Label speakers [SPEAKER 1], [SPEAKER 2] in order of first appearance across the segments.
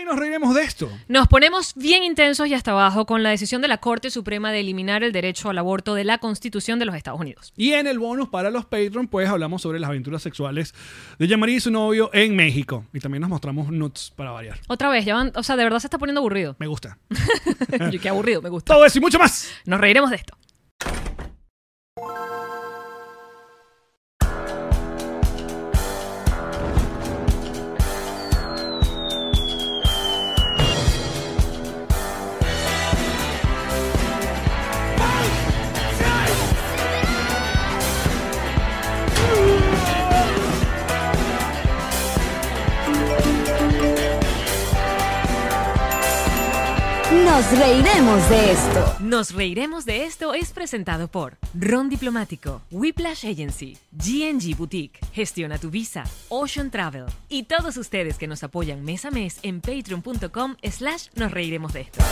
[SPEAKER 1] y nos reiremos de esto.
[SPEAKER 2] Nos ponemos bien intensos y hasta abajo con la decisión de la Corte Suprema de eliminar el derecho al aborto de la Constitución de los Estados Unidos.
[SPEAKER 1] Y en el bonus para los Patreon, pues hablamos sobre las aventuras sexuales de Yamari y su novio en México. Y también nos mostramos nuts para variar.
[SPEAKER 2] Otra vez, ya van- o sea, de verdad se está poniendo aburrido.
[SPEAKER 1] Me gusta.
[SPEAKER 2] Yo, Qué aburrido, me gusta.
[SPEAKER 1] Todo eso y mucho más.
[SPEAKER 2] Nos reiremos de esto.
[SPEAKER 3] Nos reiremos de esto.
[SPEAKER 2] Nos reiremos de esto es presentado por Ron Diplomático, Whiplash Agency, GNG Boutique, Gestiona tu Visa, Ocean Travel y todos ustedes que nos apoyan mes a mes en patreon.com slash nos reiremos de esto.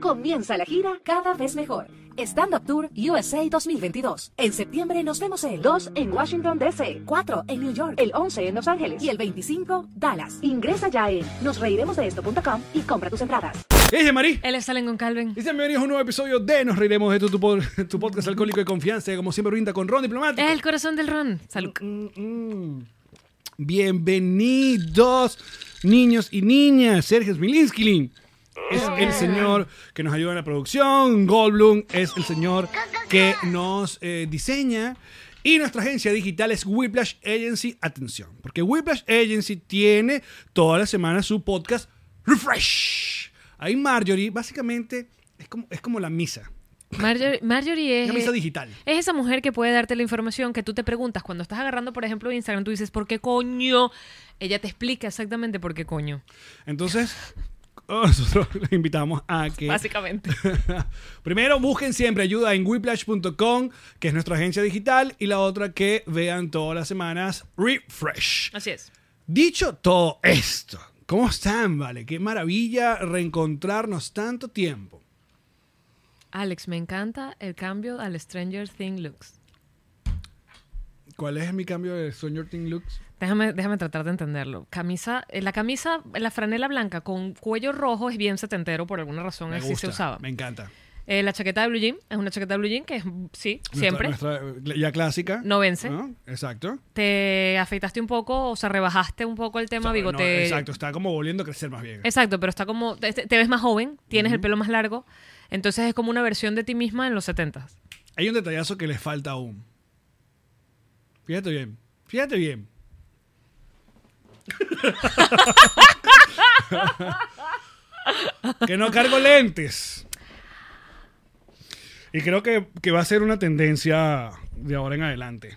[SPEAKER 4] Comienza la gira cada vez mejor. Stand Up Tour USA 2022. En septiembre nos vemos el 2 en Washington DC, 4 en New York, el 11 en Los Ángeles y el 25 Dallas. Ingresa ya en nosreiremosdeesto.com y compra tus entradas.
[SPEAKER 1] Es Yamari.
[SPEAKER 2] Él es Allen con Calvin.
[SPEAKER 1] Y sean bienvenidos a un nuevo episodio de Nos Reiremos de esto, tu, pod- tu podcast alcohólico de confianza, que como siempre brinda con Ron Diplomático.
[SPEAKER 2] Es el corazón del Ron. Salud.
[SPEAKER 1] Bienvenidos, niños y niñas. Sergio Smilinskilin es el señor que nos ayuda en la producción. Goldblum es el señor que nos eh, diseña. Y nuestra agencia digital es Whiplash Agency. Atención, porque Whiplash Agency tiene toda la semana su podcast Refresh. Ahí Marjorie, básicamente, es como, es como la misa.
[SPEAKER 2] Marjorie, Marjorie es...
[SPEAKER 1] Una misa digital.
[SPEAKER 2] Es esa mujer que puede darte la información que tú te preguntas cuando estás agarrando, por ejemplo, Instagram, tú dices, ¿por qué coño? Ella te explica exactamente por qué coño,
[SPEAKER 1] Entonces, nosotros les invitamos a que
[SPEAKER 2] básicamente.
[SPEAKER 1] Primero, busquen siempre ayuda en whiplash.com, que es nuestra agencia digital, y la otra que vean todas las semanas, Refresh.
[SPEAKER 2] Así es.
[SPEAKER 1] Dicho todo esto, ¿cómo están, vale? Qué maravilla reencontrarnos tanto tiempo.
[SPEAKER 2] Alex, me encanta el cambio al Stranger Thing Looks.
[SPEAKER 1] ¿Cuál es mi cambio de Stranger Things looks?
[SPEAKER 2] Déjame, déjame tratar de entenderlo. Camisa, eh, la camisa, la franela blanca con cuello rojo es bien setentero por alguna razón,
[SPEAKER 1] Me
[SPEAKER 2] así
[SPEAKER 1] gusta,
[SPEAKER 2] se usaba.
[SPEAKER 1] Me encanta.
[SPEAKER 2] Eh, la chaqueta de blue jean es una chaqueta de blue jean que es, sí,
[SPEAKER 1] Nuestra- ¿Ah?
[SPEAKER 2] siempre.
[SPEAKER 1] nuestra- ya clásica.
[SPEAKER 2] No vence.
[SPEAKER 1] ¿no? Exacto.
[SPEAKER 2] Te afeitaste un poco, o sea, rebajaste un poco el tema
[SPEAKER 1] No,
[SPEAKER 2] bigote.
[SPEAKER 1] exacto, está como volviendo a crecer más bien.
[SPEAKER 2] Exacto, pero está como. Te, te ves más joven, tienes el pelo más largo. Entonces es como una versión de ti misma en los 70
[SPEAKER 1] Hay un detallazo que les falta aún. Fíjate bien. Fíjate bien. que no cargo lentes. Y creo que, que va a ser una tendencia de ahora en adelante.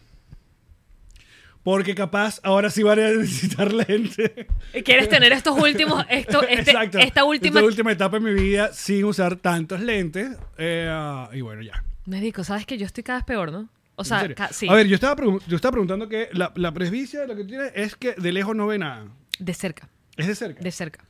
[SPEAKER 1] Porque capaz ahora sí van a necesitar lentes.
[SPEAKER 2] Quieres tener estos últimos. Esto, este-
[SPEAKER 1] Exacto.
[SPEAKER 2] Esta última.
[SPEAKER 1] Esta última etapa de mi vida sin usar tantos lentes. Eh, y bueno, ya.
[SPEAKER 2] Médico, sabes que yo estoy cada vez peor, ¿no? O
[SPEAKER 1] ¿En
[SPEAKER 2] sea,
[SPEAKER 1] serio?
[SPEAKER 2] ca- sí,
[SPEAKER 1] A ver, yo estaba, pregun- yo estaba preguntando que la, la presbicia de lo que tiene es que de lejos no ve nada.
[SPEAKER 2] de cerca,
[SPEAKER 1] Es de cerca.
[SPEAKER 2] de cerca.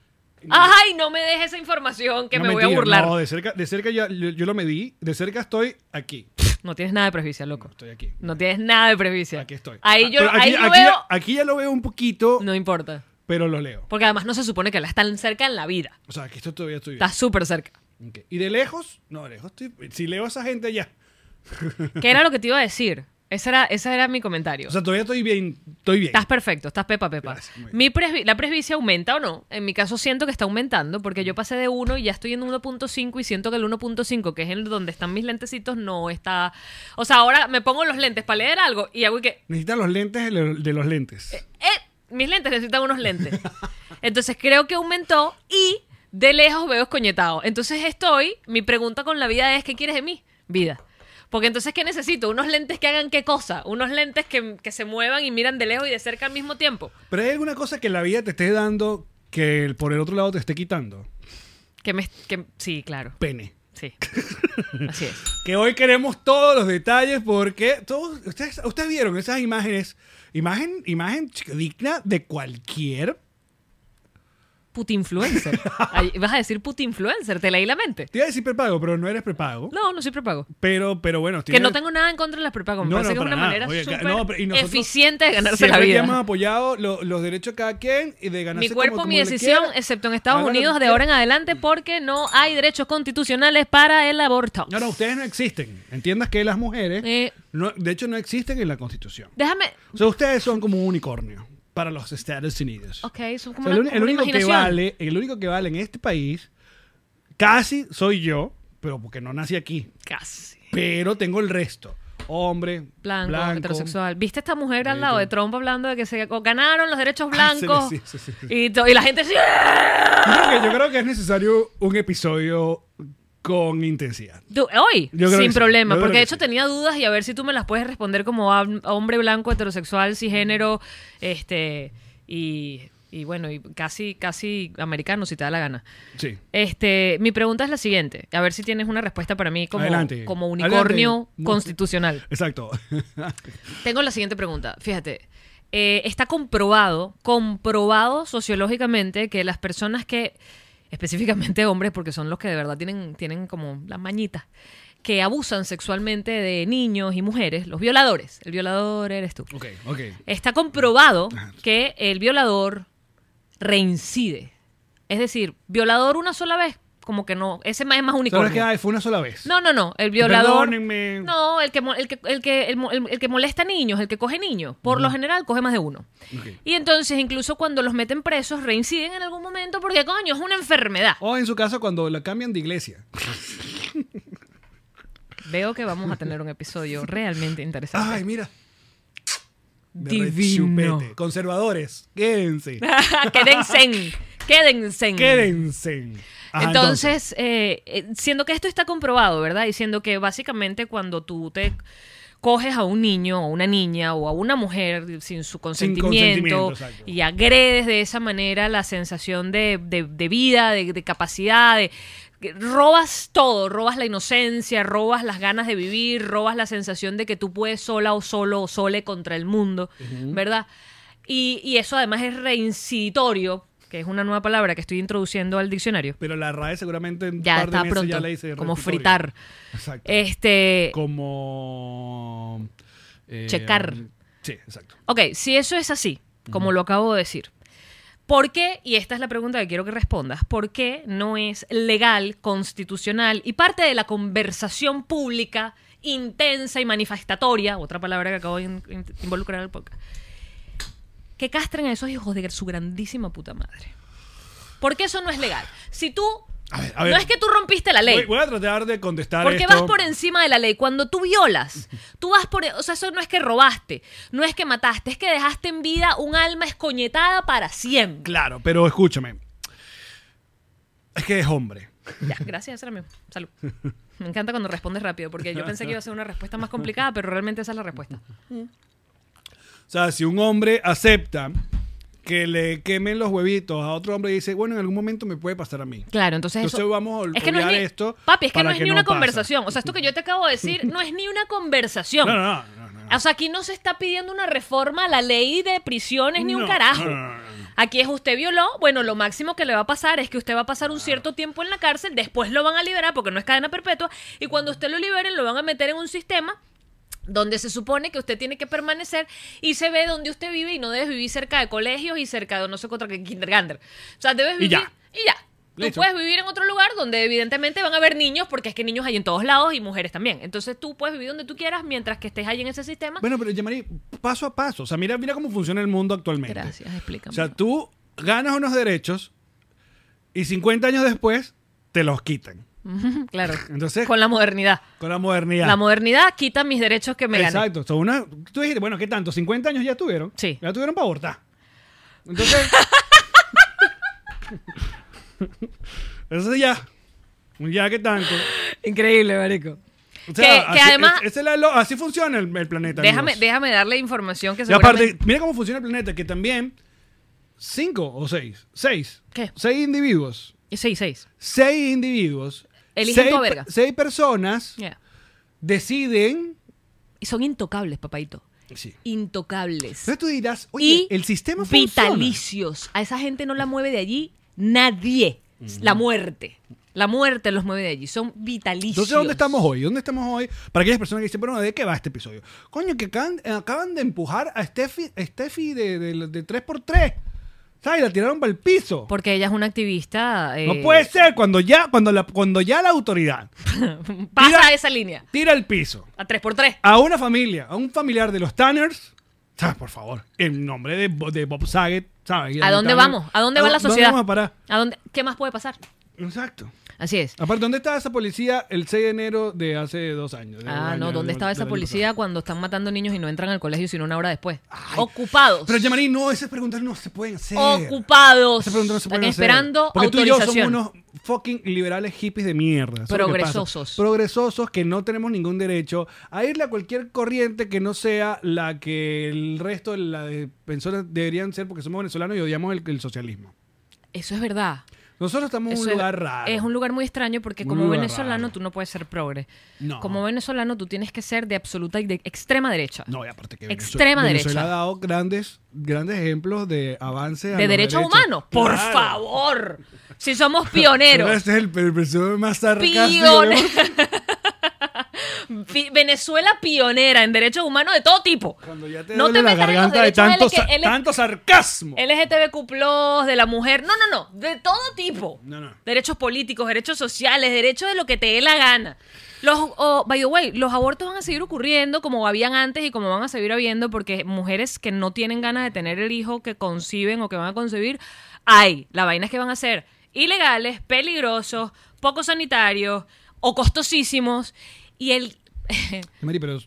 [SPEAKER 2] ¡Ay, no me dejes esa información que
[SPEAKER 1] No,
[SPEAKER 2] me voy a
[SPEAKER 1] mentira,
[SPEAKER 2] burlar!
[SPEAKER 1] No,
[SPEAKER 2] No,
[SPEAKER 1] de cerca, de cerca ya, yo, yo lo medí. De cerca estoy aquí.
[SPEAKER 2] tienes nada de presbicia, loco.
[SPEAKER 1] Estoy aquí.
[SPEAKER 2] No tienes nada de presbicia.
[SPEAKER 1] Aquí estoy.
[SPEAKER 2] Ahí
[SPEAKER 1] Ah,
[SPEAKER 2] yo,
[SPEAKER 1] pero aquí,
[SPEAKER 2] ahí yo
[SPEAKER 1] aquí
[SPEAKER 2] veo.
[SPEAKER 1] ya, aquí ya lo veo un poquito,
[SPEAKER 2] No importa.
[SPEAKER 1] pero lo leo.
[SPEAKER 2] Porque además no se supone que la están cerca en la vida.
[SPEAKER 1] O sea, que esto todavía estoy bien.
[SPEAKER 2] Está súper cerca.
[SPEAKER 1] Ok. Y de lejos, no, de lejos estoy. Si leo a esa gente ya.
[SPEAKER 2] ¿Qué era lo que te iba a decir? Ese era, ese era mi comentario.
[SPEAKER 1] O sea, todavía estoy bien. Estoy bien.
[SPEAKER 2] Estás perfecto, estás pepa pepa.
[SPEAKER 1] Gracias, muy bien.
[SPEAKER 2] Mi presbi- la presbicia aumenta o no. En mi caso siento que está aumentando porque
[SPEAKER 1] Mm.
[SPEAKER 2] yo pasé de 1 y ya estoy en 1.5 y siento que el 1.5, que es en donde están mis lentecitos, no está... O sea, ahora me pongo los lentes para leer algo y hago y que...
[SPEAKER 1] Necesitan los lentes de lo- de los lentes.
[SPEAKER 2] "Eh, mis lentes necesitan unos lentes. Entonces creo que aumentó y de lejos veo escoñetado. Entonces estoy... Mi pregunta con la vida es, ¿qué quieres de mí? Vida. Porque entonces, ¿qué necesito? ¿Unos lentes que hagan qué cosa? ¿Unos lentes que, que se muevan y miran de lejos y de cerca al mismo tiempo?
[SPEAKER 1] Pero hay alguna cosa que la vida te esté dando que el- por el otro lado te esté quitando.
[SPEAKER 2] Que me, que, sí, claro.
[SPEAKER 1] Pene.
[SPEAKER 2] Sí. Así es.
[SPEAKER 1] que hoy queremos todos los detalles porque todos ustedes, ustedes vieron esas imágenes, imagen, imagen chica, digna de cualquier
[SPEAKER 2] putinfluencer. Ay, Vas a decir putinfluencer, te leí la mente.
[SPEAKER 1] Te iba a decir prepago, pero no eres prepago.
[SPEAKER 2] No, no soy prepago.
[SPEAKER 1] Pero, pero bueno,
[SPEAKER 2] Que
[SPEAKER 1] tienes-
[SPEAKER 2] no tengo nada en contra de las prepago. Me
[SPEAKER 1] No, no,
[SPEAKER 2] parece que es
[SPEAKER 1] para
[SPEAKER 2] una
[SPEAKER 1] nada.
[SPEAKER 2] manera
[SPEAKER 1] Oye,
[SPEAKER 2] súper
[SPEAKER 1] ca- no, pero- y nosotros
[SPEAKER 2] eficiente de ganarse la
[SPEAKER 1] Siempre que hemos
[SPEAKER 2] vida.
[SPEAKER 1] apoyado lo- los derechos de cada quien y de ganarse
[SPEAKER 2] Mi cuerpo,
[SPEAKER 1] como- como
[SPEAKER 2] mi
[SPEAKER 1] le
[SPEAKER 2] decisión,
[SPEAKER 1] quiera.
[SPEAKER 2] excepto en Estados
[SPEAKER 1] Haga lo que
[SPEAKER 2] Unidos, de
[SPEAKER 1] quiera.
[SPEAKER 2] ahora en adelante, porque no hay derechos constitucionales para el aborto.
[SPEAKER 1] No, no, ustedes no existen. Entiendas que las mujeres,
[SPEAKER 2] Eh.
[SPEAKER 1] no- de hecho, no existen en la Constitución.
[SPEAKER 2] Déjame.
[SPEAKER 1] O sea, ustedes son como un unicornio para los Estados Unidos.
[SPEAKER 2] Ok, son
[SPEAKER 1] O
[SPEAKER 2] como
[SPEAKER 1] sea, el, uni-
[SPEAKER 2] una-
[SPEAKER 1] el
[SPEAKER 2] como una
[SPEAKER 1] único que
[SPEAKER 2] imaginación.
[SPEAKER 1] vale, el único que vale en este país, casi soy yo, pero porque no nací aquí,
[SPEAKER 2] Casi.
[SPEAKER 1] pero tengo el resto. Hombre,
[SPEAKER 2] Blanco,
[SPEAKER 1] blanco,
[SPEAKER 2] heterosexual. ¿Viste a esta mujer al lado de Trump hablando de que se o ganaron los derechos
[SPEAKER 1] Ay, se le-
[SPEAKER 2] blancos?
[SPEAKER 1] Ah, sí, sí, sí, sí.
[SPEAKER 2] Y, to- y la gente sí.
[SPEAKER 1] Yo creo, que, yo creo que es necesario un episodio con intensidad.
[SPEAKER 2] Du- Hoy,
[SPEAKER 1] Yo creo que
[SPEAKER 2] sin
[SPEAKER 1] sí.
[SPEAKER 2] problema,
[SPEAKER 1] Yo creo
[SPEAKER 2] porque
[SPEAKER 1] que
[SPEAKER 2] de hecho
[SPEAKER 1] sí.
[SPEAKER 2] tenía dudas y a ver si tú me las puedes responder como a- a hombre blanco, heterosexual, cisgénero, este, y, y bueno, y casi, casi americano, si te da la gana.
[SPEAKER 1] Sí.
[SPEAKER 2] Este, mi pregunta es la siguiente, a ver si tienes una respuesta para mí como,
[SPEAKER 1] Adelante.
[SPEAKER 2] como unicornio
[SPEAKER 1] Adelante. No.
[SPEAKER 2] constitucional.
[SPEAKER 1] Exacto.
[SPEAKER 2] Tengo la siguiente pregunta. Fíjate, eh, está comprobado, comprobado sociológicamente que las personas que, específicamente hombres, porque son los que de verdad tienen, tienen como las mañitas, que abusan sexualmente de niños y mujeres, los violadores, el violador eres tú.
[SPEAKER 1] ok, ok.
[SPEAKER 2] Está comprobado que el violador reincide. Es decir, violador una sola vez, como que no, ese más es más único.
[SPEAKER 1] ¿Sabes qué? Ay, Fue una sola vez.
[SPEAKER 2] No, no, no. El violador.
[SPEAKER 1] Perdónenme.
[SPEAKER 2] No, el que, mo- el que, el que, el, mo- el- el que molesta niños, el que coge niños, por lo general coge más de uno.
[SPEAKER 1] Ok.
[SPEAKER 2] Y entonces, incluso cuando los meten presos, reinciden en algún momento porque, coño, es una enfermedad.
[SPEAKER 1] O en su caso, cuando la cambian de iglesia.
[SPEAKER 2] Veo que vamos a tener un episodio realmente interesante.
[SPEAKER 1] Ay, mira. De
[SPEAKER 2] Divino. Mm.
[SPEAKER 1] rechupete. Conservadores, quédense.
[SPEAKER 2] quédense, quédense.
[SPEAKER 1] quédense. Ajá,
[SPEAKER 2] entonces, eh, eh, siendo que esto está comprobado, ¿verdad? Diciendo que básicamente cuando tú te coges a un niño o una niña o a una mujer sin su consentimiento,
[SPEAKER 1] consentimiento, exacto.
[SPEAKER 2] y agredes de esa manera la sensación de, de- de vida, de, de capacidad, de que robas todo, robas la inocencia, robas las ganas de vivir, robas la sensación de que tú puedes sola o solo o sole contra el mundo, ¿verdad? Y, y eso además es reinciditorio, que es una nueva palabra que estoy introduciendo al diccionario.
[SPEAKER 1] Pero la RAE seguramente en un
[SPEAKER 2] Ya
[SPEAKER 1] par de
[SPEAKER 2] está
[SPEAKER 1] meses
[SPEAKER 2] pronto,
[SPEAKER 1] ya la hice
[SPEAKER 2] como
[SPEAKER 1] rectitorio.
[SPEAKER 2] fritar.
[SPEAKER 1] Exacto.
[SPEAKER 2] Este,
[SPEAKER 1] como eh,
[SPEAKER 2] Checar.
[SPEAKER 1] Sí, exacto.
[SPEAKER 2] ok, si eso es así, como lo acabo de decir, ¿por qué, y esta es la pregunta que quiero que respondas, ¿por qué no es legal, constitucional y parte de la conversación pública intensa y manifestatoria, otra palabra que acabo de in- in- involucrar al podcast, que castren a esos hijos de su grandísima puta madre? ¿Por qué eso no es legal? Si tú...
[SPEAKER 1] A ver, a ver.
[SPEAKER 2] No es que tú rompiste la ley.
[SPEAKER 1] Voy, voy a tratar de contestar
[SPEAKER 2] Porque
[SPEAKER 1] esto.
[SPEAKER 2] vas por encima de la ley. Cuando tú violas, tú vas por. e, O sea, eso no es que robaste, no es que mataste, es que dejaste en vida un alma escoñetada para siempre.
[SPEAKER 1] Claro, pero escúchame. Es que es hombre.
[SPEAKER 2] Ya, gracias, esa era mi. Salud. Me encanta cuando respondes rápido, porque yo pensé que iba a ser una respuesta más complicada, pero realmente esa es la respuesta.
[SPEAKER 1] O sea, si un hombre acepta que le quemen los huevitos a otro hombre y dice, bueno, en algún momento me puede pasar a mí.
[SPEAKER 2] Claro, entonces,
[SPEAKER 1] Entonces
[SPEAKER 2] eso.
[SPEAKER 1] vamos a
[SPEAKER 2] es que no es
[SPEAKER 1] olvidar
[SPEAKER 2] ni,
[SPEAKER 1] esto
[SPEAKER 2] Papi, es que
[SPEAKER 1] para
[SPEAKER 2] no es
[SPEAKER 1] que
[SPEAKER 2] ni
[SPEAKER 1] no
[SPEAKER 2] una
[SPEAKER 1] pasa.
[SPEAKER 2] conversación. O sea, esto que yo te acabo de decir no es ni una conversación.
[SPEAKER 1] No, no, no. no, no.
[SPEAKER 2] O sea, aquí no se está pidiendo una reforma a la ley de prisiones ni un
[SPEAKER 1] No,
[SPEAKER 2] carajo.
[SPEAKER 1] no, no, no, no.
[SPEAKER 2] Aquí es usted violó, bueno, lo máximo que le va a pasar es que usted va a pasar un cierto tiempo en la cárcel, después lo van a liberar porque no es cadena perpetua, y cuando usted lo liberen lo van a meter en un sistema donde se supone que usted tiene que permanecer y se ve donde usted vive y no debes vivir cerca de colegios y cerca de no sé qué otra que kindergarten. O sea, debes
[SPEAKER 1] Y
[SPEAKER 2] vivir
[SPEAKER 1] ya.
[SPEAKER 2] y ya. Tú
[SPEAKER 1] Listo.
[SPEAKER 2] puedes vivir en otro lugar donde evidentemente van a haber niños, porque es que niños hay en todos lados y mujeres también. Entonces tú puedes vivir donde tú quieras mientras que estés ahí en ese sistema.
[SPEAKER 1] Bueno, pero Yamari, paso a paso. O sea, mira, mira cómo funciona el mundo actualmente.
[SPEAKER 2] Gracias, explícame.
[SPEAKER 1] O sea, tú ganas unos derechos y 50 años después te los quitan.
[SPEAKER 2] claro.
[SPEAKER 1] Entonces, con
[SPEAKER 2] Con
[SPEAKER 1] la,
[SPEAKER 2] la modernidad.
[SPEAKER 1] modernidad.
[SPEAKER 2] La modernidad quita mis derechos que me gané.
[SPEAKER 1] Exacto. O sea, una- tú dijiste, bueno, ¿qué tanto? 50 años ya tuvieron.
[SPEAKER 2] Sí.
[SPEAKER 1] Ya tuvieron para abortar. Entonces. entonces ya. Un Ya, ¿qué tanto?
[SPEAKER 2] Increíble, marico.
[SPEAKER 1] O
[SPEAKER 2] Que- que
[SPEAKER 1] así,
[SPEAKER 2] además-
[SPEAKER 1] es- esa es la lo- así funciona el, el planeta.
[SPEAKER 2] Déjame,
[SPEAKER 1] amigos.
[SPEAKER 2] déjame darle información que
[SPEAKER 1] Y aparte,
[SPEAKER 2] seguramente...
[SPEAKER 1] mira cómo funciona el planeta, que también cinco o seis, seis,
[SPEAKER 2] ¿Qué?
[SPEAKER 1] seis individuos,
[SPEAKER 2] Seis, seis.
[SPEAKER 1] seis individuos,
[SPEAKER 2] Eligen
[SPEAKER 1] seis,
[SPEAKER 2] toda verga.
[SPEAKER 1] pe- seis personas
[SPEAKER 2] Ya.
[SPEAKER 1] deciden.
[SPEAKER 2] Y son intocables, papaito.
[SPEAKER 1] Sí.
[SPEAKER 2] Intocables.
[SPEAKER 1] Entonces tú dirás, oye,
[SPEAKER 2] y
[SPEAKER 1] el sistema funciona.
[SPEAKER 2] vitalicios. A esa gente no la mueve de allí Nadie.
[SPEAKER 1] Mm.
[SPEAKER 2] La muerte. La muerte los mueve de allí. Son vitalicios.
[SPEAKER 1] Entonces, ¿dónde estamos hoy? ¿Dónde estamos hoy? Para aquellas personas que dicen, bueno, ¿de qué va este episodio? Coño, que acaban, eh, acaban de empujar a Steffi, a Steffi de, de, de 3x3. ¿Sabes? La tiraron para el piso.
[SPEAKER 2] Porque ella es una activista. eh,
[SPEAKER 1] No pues, puede ser cuando ya, cuando la, cuando ya la autoridad
[SPEAKER 2] Pasa
[SPEAKER 1] Mira.
[SPEAKER 2] esa línea.
[SPEAKER 1] tira el piso
[SPEAKER 2] A 3x3.
[SPEAKER 1] a una familia, a un familiar de los Tanners. ¿Sabes? Por favor, en nombre de, Bo- de Bob Saget, ¿sabes?
[SPEAKER 2] ¿A dónde vamos? ¿A dónde va la sociedad?
[SPEAKER 1] vamos a parar?
[SPEAKER 2] ¿A dónde? ¿Qué más puede pasar?
[SPEAKER 1] Exacto.
[SPEAKER 2] Así es.
[SPEAKER 1] Aparte, ¿dónde estaba esa policía el 6 de enero de hace dos años? De un
[SPEAKER 2] Ah,
[SPEAKER 1] año,
[SPEAKER 2] no, ¿dónde
[SPEAKER 1] del-
[SPEAKER 2] estaba
[SPEAKER 1] del
[SPEAKER 2] esa
[SPEAKER 1] año
[SPEAKER 2] policía cuando están matando niños y no entran al colegio sino una hora después? Ocupados.
[SPEAKER 1] pasado? Pero, Yamari, no, esas preguntas no se pueden hacer.
[SPEAKER 2] Ocupados.
[SPEAKER 1] Esas preguntas no se
[SPEAKER 2] Están
[SPEAKER 1] pueden hacer.
[SPEAKER 2] esperando
[SPEAKER 1] Porque tú y yo somos
[SPEAKER 2] autorización.
[SPEAKER 1] unos fucking liberales hippies de mierda. Eso es lo que pasa.
[SPEAKER 2] Progresosos.
[SPEAKER 1] Progresosos que no tenemos ningún derecho a irle a cualquier corriente que no sea la que el resto de las personas deberían ser porque somos venezolanos y odiamos el, el socialismo.
[SPEAKER 2] Eso es verdad.
[SPEAKER 1] Nosotros estamos en
[SPEAKER 2] Eso
[SPEAKER 1] un
[SPEAKER 2] es-
[SPEAKER 1] lugar raro.
[SPEAKER 2] Es un lugar muy extraño porque
[SPEAKER 1] Un
[SPEAKER 2] como
[SPEAKER 1] lugar
[SPEAKER 2] venezolano
[SPEAKER 1] raro.
[SPEAKER 2] tú no puedes ser progre.
[SPEAKER 1] No.
[SPEAKER 2] Como venezolano tú tienes que ser de absoluta y de extrema derecha.
[SPEAKER 1] No, y aparte que
[SPEAKER 2] Extrema
[SPEAKER 1] Venezue-
[SPEAKER 2] derecha.
[SPEAKER 1] Venezuela ha dado grandes, grandes ejemplos de avance. a
[SPEAKER 2] de
[SPEAKER 1] los
[SPEAKER 2] derechos
[SPEAKER 1] derechos.
[SPEAKER 2] humanos. Por
[SPEAKER 1] Claro.
[SPEAKER 2] favor. Si somos pioneros.
[SPEAKER 1] Este es el, el presidente más sarcástico. que
[SPEAKER 2] Pione-
[SPEAKER 1] hemos-
[SPEAKER 2] Pi- Venezuela pionera en derechos humanos de todo tipo.
[SPEAKER 1] Cuando ya te
[SPEAKER 2] no
[SPEAKER 1] duele
[SPEAKER 2] te
[SPEAKER 1] la
[SPEAKER 2] metas en los
[SPEAKER 1] garganta de
[SPEAKER 2] derechos
[SPEAKER 1] tanto,
[SPEAKER 2] LG-
[SPEAKER 1] sa- tanto sarcasmo.
[SPEAKER 2] LGTBQ, de la mujer, no, no, no, de todo tipo.
[SPEAKER 1] No, no.
[SPEAKER 2] Derechos políticos, derechos sociales, derechos de lo que te dé la gana. Los, oh, by the way, los abortos van a seguir ocurriendo como habían antes y como van a seguir habiendo porque mujeres que no tienen ganas de tener el hijo que conciben o que van a concebir, hay. La vaina es que van a ser ilegales, peligrosos, poco sanitarios o costosísimos. Y el...
[SPEAKER 1] Mari, pero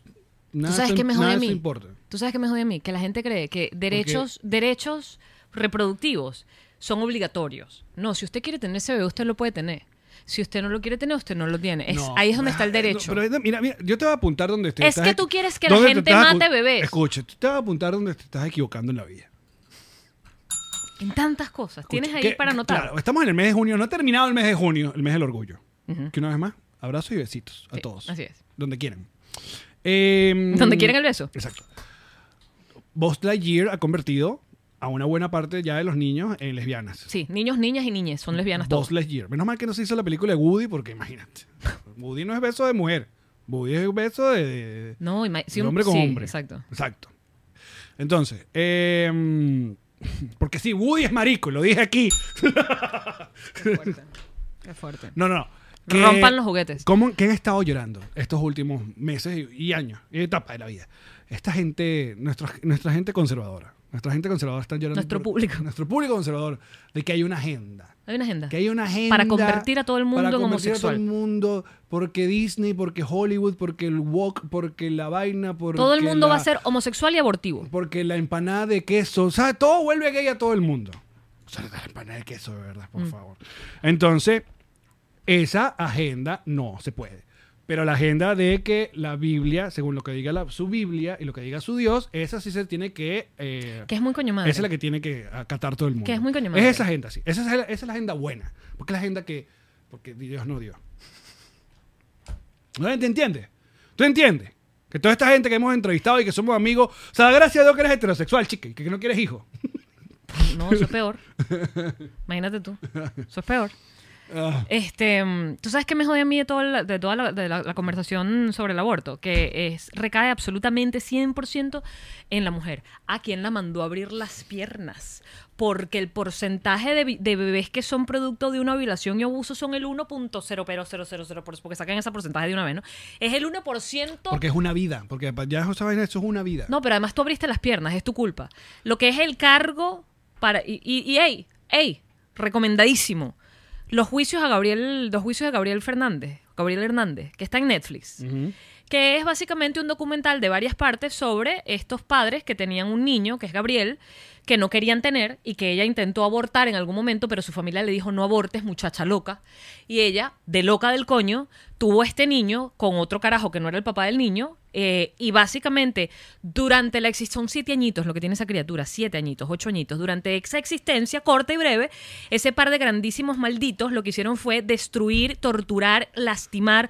[SPEAKER 1] nada,
[SPEAKER 2] ¿Tú sabes
[SPEAKER 1] eso-
[SPEAKER 2] qué me jode
[SPEAKER 1] nada
[SPEAKER 2] a
[SPEAKER 1] eso
[SPEAKER 2] mí?
[SPEAKER 1] importa.
[SPEAKER 2] ¿Tú sabes qué me jode a mí? Que la gente cree que derechos, derechos reproductivos son obligatorios. No, si usted quiere tener ese bebé, usted lo puede tener. Si usted no lo quiere tener, usted no lo tiene. Es,
[SPEAKER 1] No.
[SPEAKER 2] ahí es donde está el
[SPEAKER 1] No,
[SPEAKER 2] derecho.
[SPEAKER 1] pero es- mira, mira, yo te voy a apuntar donde estés.
[SPEAKER 2] Es que tú quieres que la gente mate bebés.
[SPEAKER 1] Escucha, tú te vas a apuntar donde te estás equivocando en la vida.
[SPEAKER 2] en tantas cosas. Tienes ahí
[SPEAKER 1] Que-
[SPEAKER 2] para anotar.
[SPEAKER 1] Claro, estamos en el mes de junio, no ha terminado el mes de junio, el mes del orgullo. Que una vez más, abrazos y besitos a
[SPEAKER 2] Sí,
[SPEAKER 1] todos.
[SPEAKER 2] así es.
[SPEAKER 1] Donde quieran. Eh,
[SPEAKER 2] Donde quieren el beso.
[SPEAKER 1] Exacto. Buzz Lightyear ha convertido a una buena parte ya de los niños en lesbianas.
[SPEAKER 2] Sí, niños, niñas y niñas son lesbianas
[SPEAKER 1] Buzz
[SPEAKER 2] todos.
[SPEAKER 1] Lightyear. Menos mal que no se hizo la película de Woody, porque imagínate. Woody no es beso de mujer. Woody es beso de, de-
[SPEAKER 2] No, ima-
[SPEAKER 1] de
[SPEAKER 2] sí, un-
[SPEAKER 1] hombre con
[SPEAKER 2] sí,
[SPEAKER 1] hombre.
[SPEAKER 2] Exacto.
[SPEAKER 1] Exacto. Entonces, eh, porque sí, Woody es marico, lo dije aquí.
[SPEAKER 2] Qué fuerte. Qué fuerte.
[SPEAKER 1] No, no, no.
[SPEAKER 2] Rompan los juguetes.
[SPEAKER 1] ¿Cómo que han estado llorando estos últimos meses y, y años y etapas de la vida? Esta gente, nuestra, nuestra gente conservadora, nuestra gente conservadora está llorando.
[SPEAKER 2] Nuestro público.
[SPEAKER 1] Nuestro público conservador, de que hay una agenda.
[SPEAKER 2] Hay una agenda.
[SPEAKER 1] Que hay una agenda.
[SPEAKER 2] Para convertir a todo el mundo
[SPEAKER 1] para
[SPEAKER 2] en
[SPEAKER 1] convertir a todo el
[SPEAKER 2] homosexual.
[SPEAKER 1] mundo, porque Disney, porque Hollywood, porque el walk, porque la vaina, porque.
[SPEAKER 2] Todo el mundo
[SPEAKER 1] la-
[SPEAKER 2] va a ser homosexual y abortivo.
[SPEAKER 1] Porque la empanada de queso, o sea, todo vuelve gay a todo el mundo. O sea, la empanada de queso, de verdad,
[SPEAKER 2] Mm.
[SPEAKER 1] por favor. Entonces, esa agenda no se puede. Pero la agenda de que la Biblia, según lo que diga la- su Biblia y lo que diga su Dios, esa sí se tiene que... eh,
[SPEAKER 2] Que es muy coño madre.
[SPEAKER 1] esa es la que tiene que acatar todo el mundo.
[SPEAKER 2] Que es muy coño
[SPEAKER 1] Es
[SPEAKER 2] madre.
[SPEAKER 1] esa agenda, sí. Esa es, la, esa es la agenda buena. Porque es la agenda que. Porque Dios no dio. ¿No te entiendes? ¿Tú entiendes? Que toda esta gente que hemos entrevistado y que somos amigos. O sea, gracias a Dios que eres heterosexual, chica, y que no quieres hijos.
[SPEAKER 2] No, eso es peor. Imagínate tú. Eso es peor.
[SPEAKER 1] Ah,
[SPEAKER 2] Este, mm, tú sabes que me jode a mí de toda, la, de toda la, de la- la conversación sobre el aborto, que es, recae absolutamente 100% en la mujer, a quien la mandó a abrir las piernas, porque el porcentaje de, bi- de bebés que son producto de una violación y abuso son el 1.0, pero 000, por- porque sacan ese porcentaje de una vez, ¿no? Es el 1%.
[SPEAKER 1] porque es una vida. Porque pa- ya sabes, eso es una vida.
[SPEAKER 2] No, pero además tú abriste las piernas, es tu culpa. Lo que es el cargo para. Y, y, y, ey, ey, recomendadísimo. Los juicios a Gabriel, los juicios de Gabriel Fernández, Gabriel Hernández, que está en Netflix, que es básicamente un documental de varias partes sobre estos padres que tenían un niño, que es Gabriel, que no querían tener y que ella intentó abortar en algún momento, pero su familia le dijo no abortes, muchacha loca. Y ella, de loca del coño, tuvo este niño con otro carajo que no era el papá del niño. eh, y básicamente, durante la existencia, son siete añitos lo que tiene esa criatura, siete añitos, ocho añitos. Durante esa existencia, corta y breve, ese par de grandísimos malditos lo que hicieron fue destruir, torturar, lastimar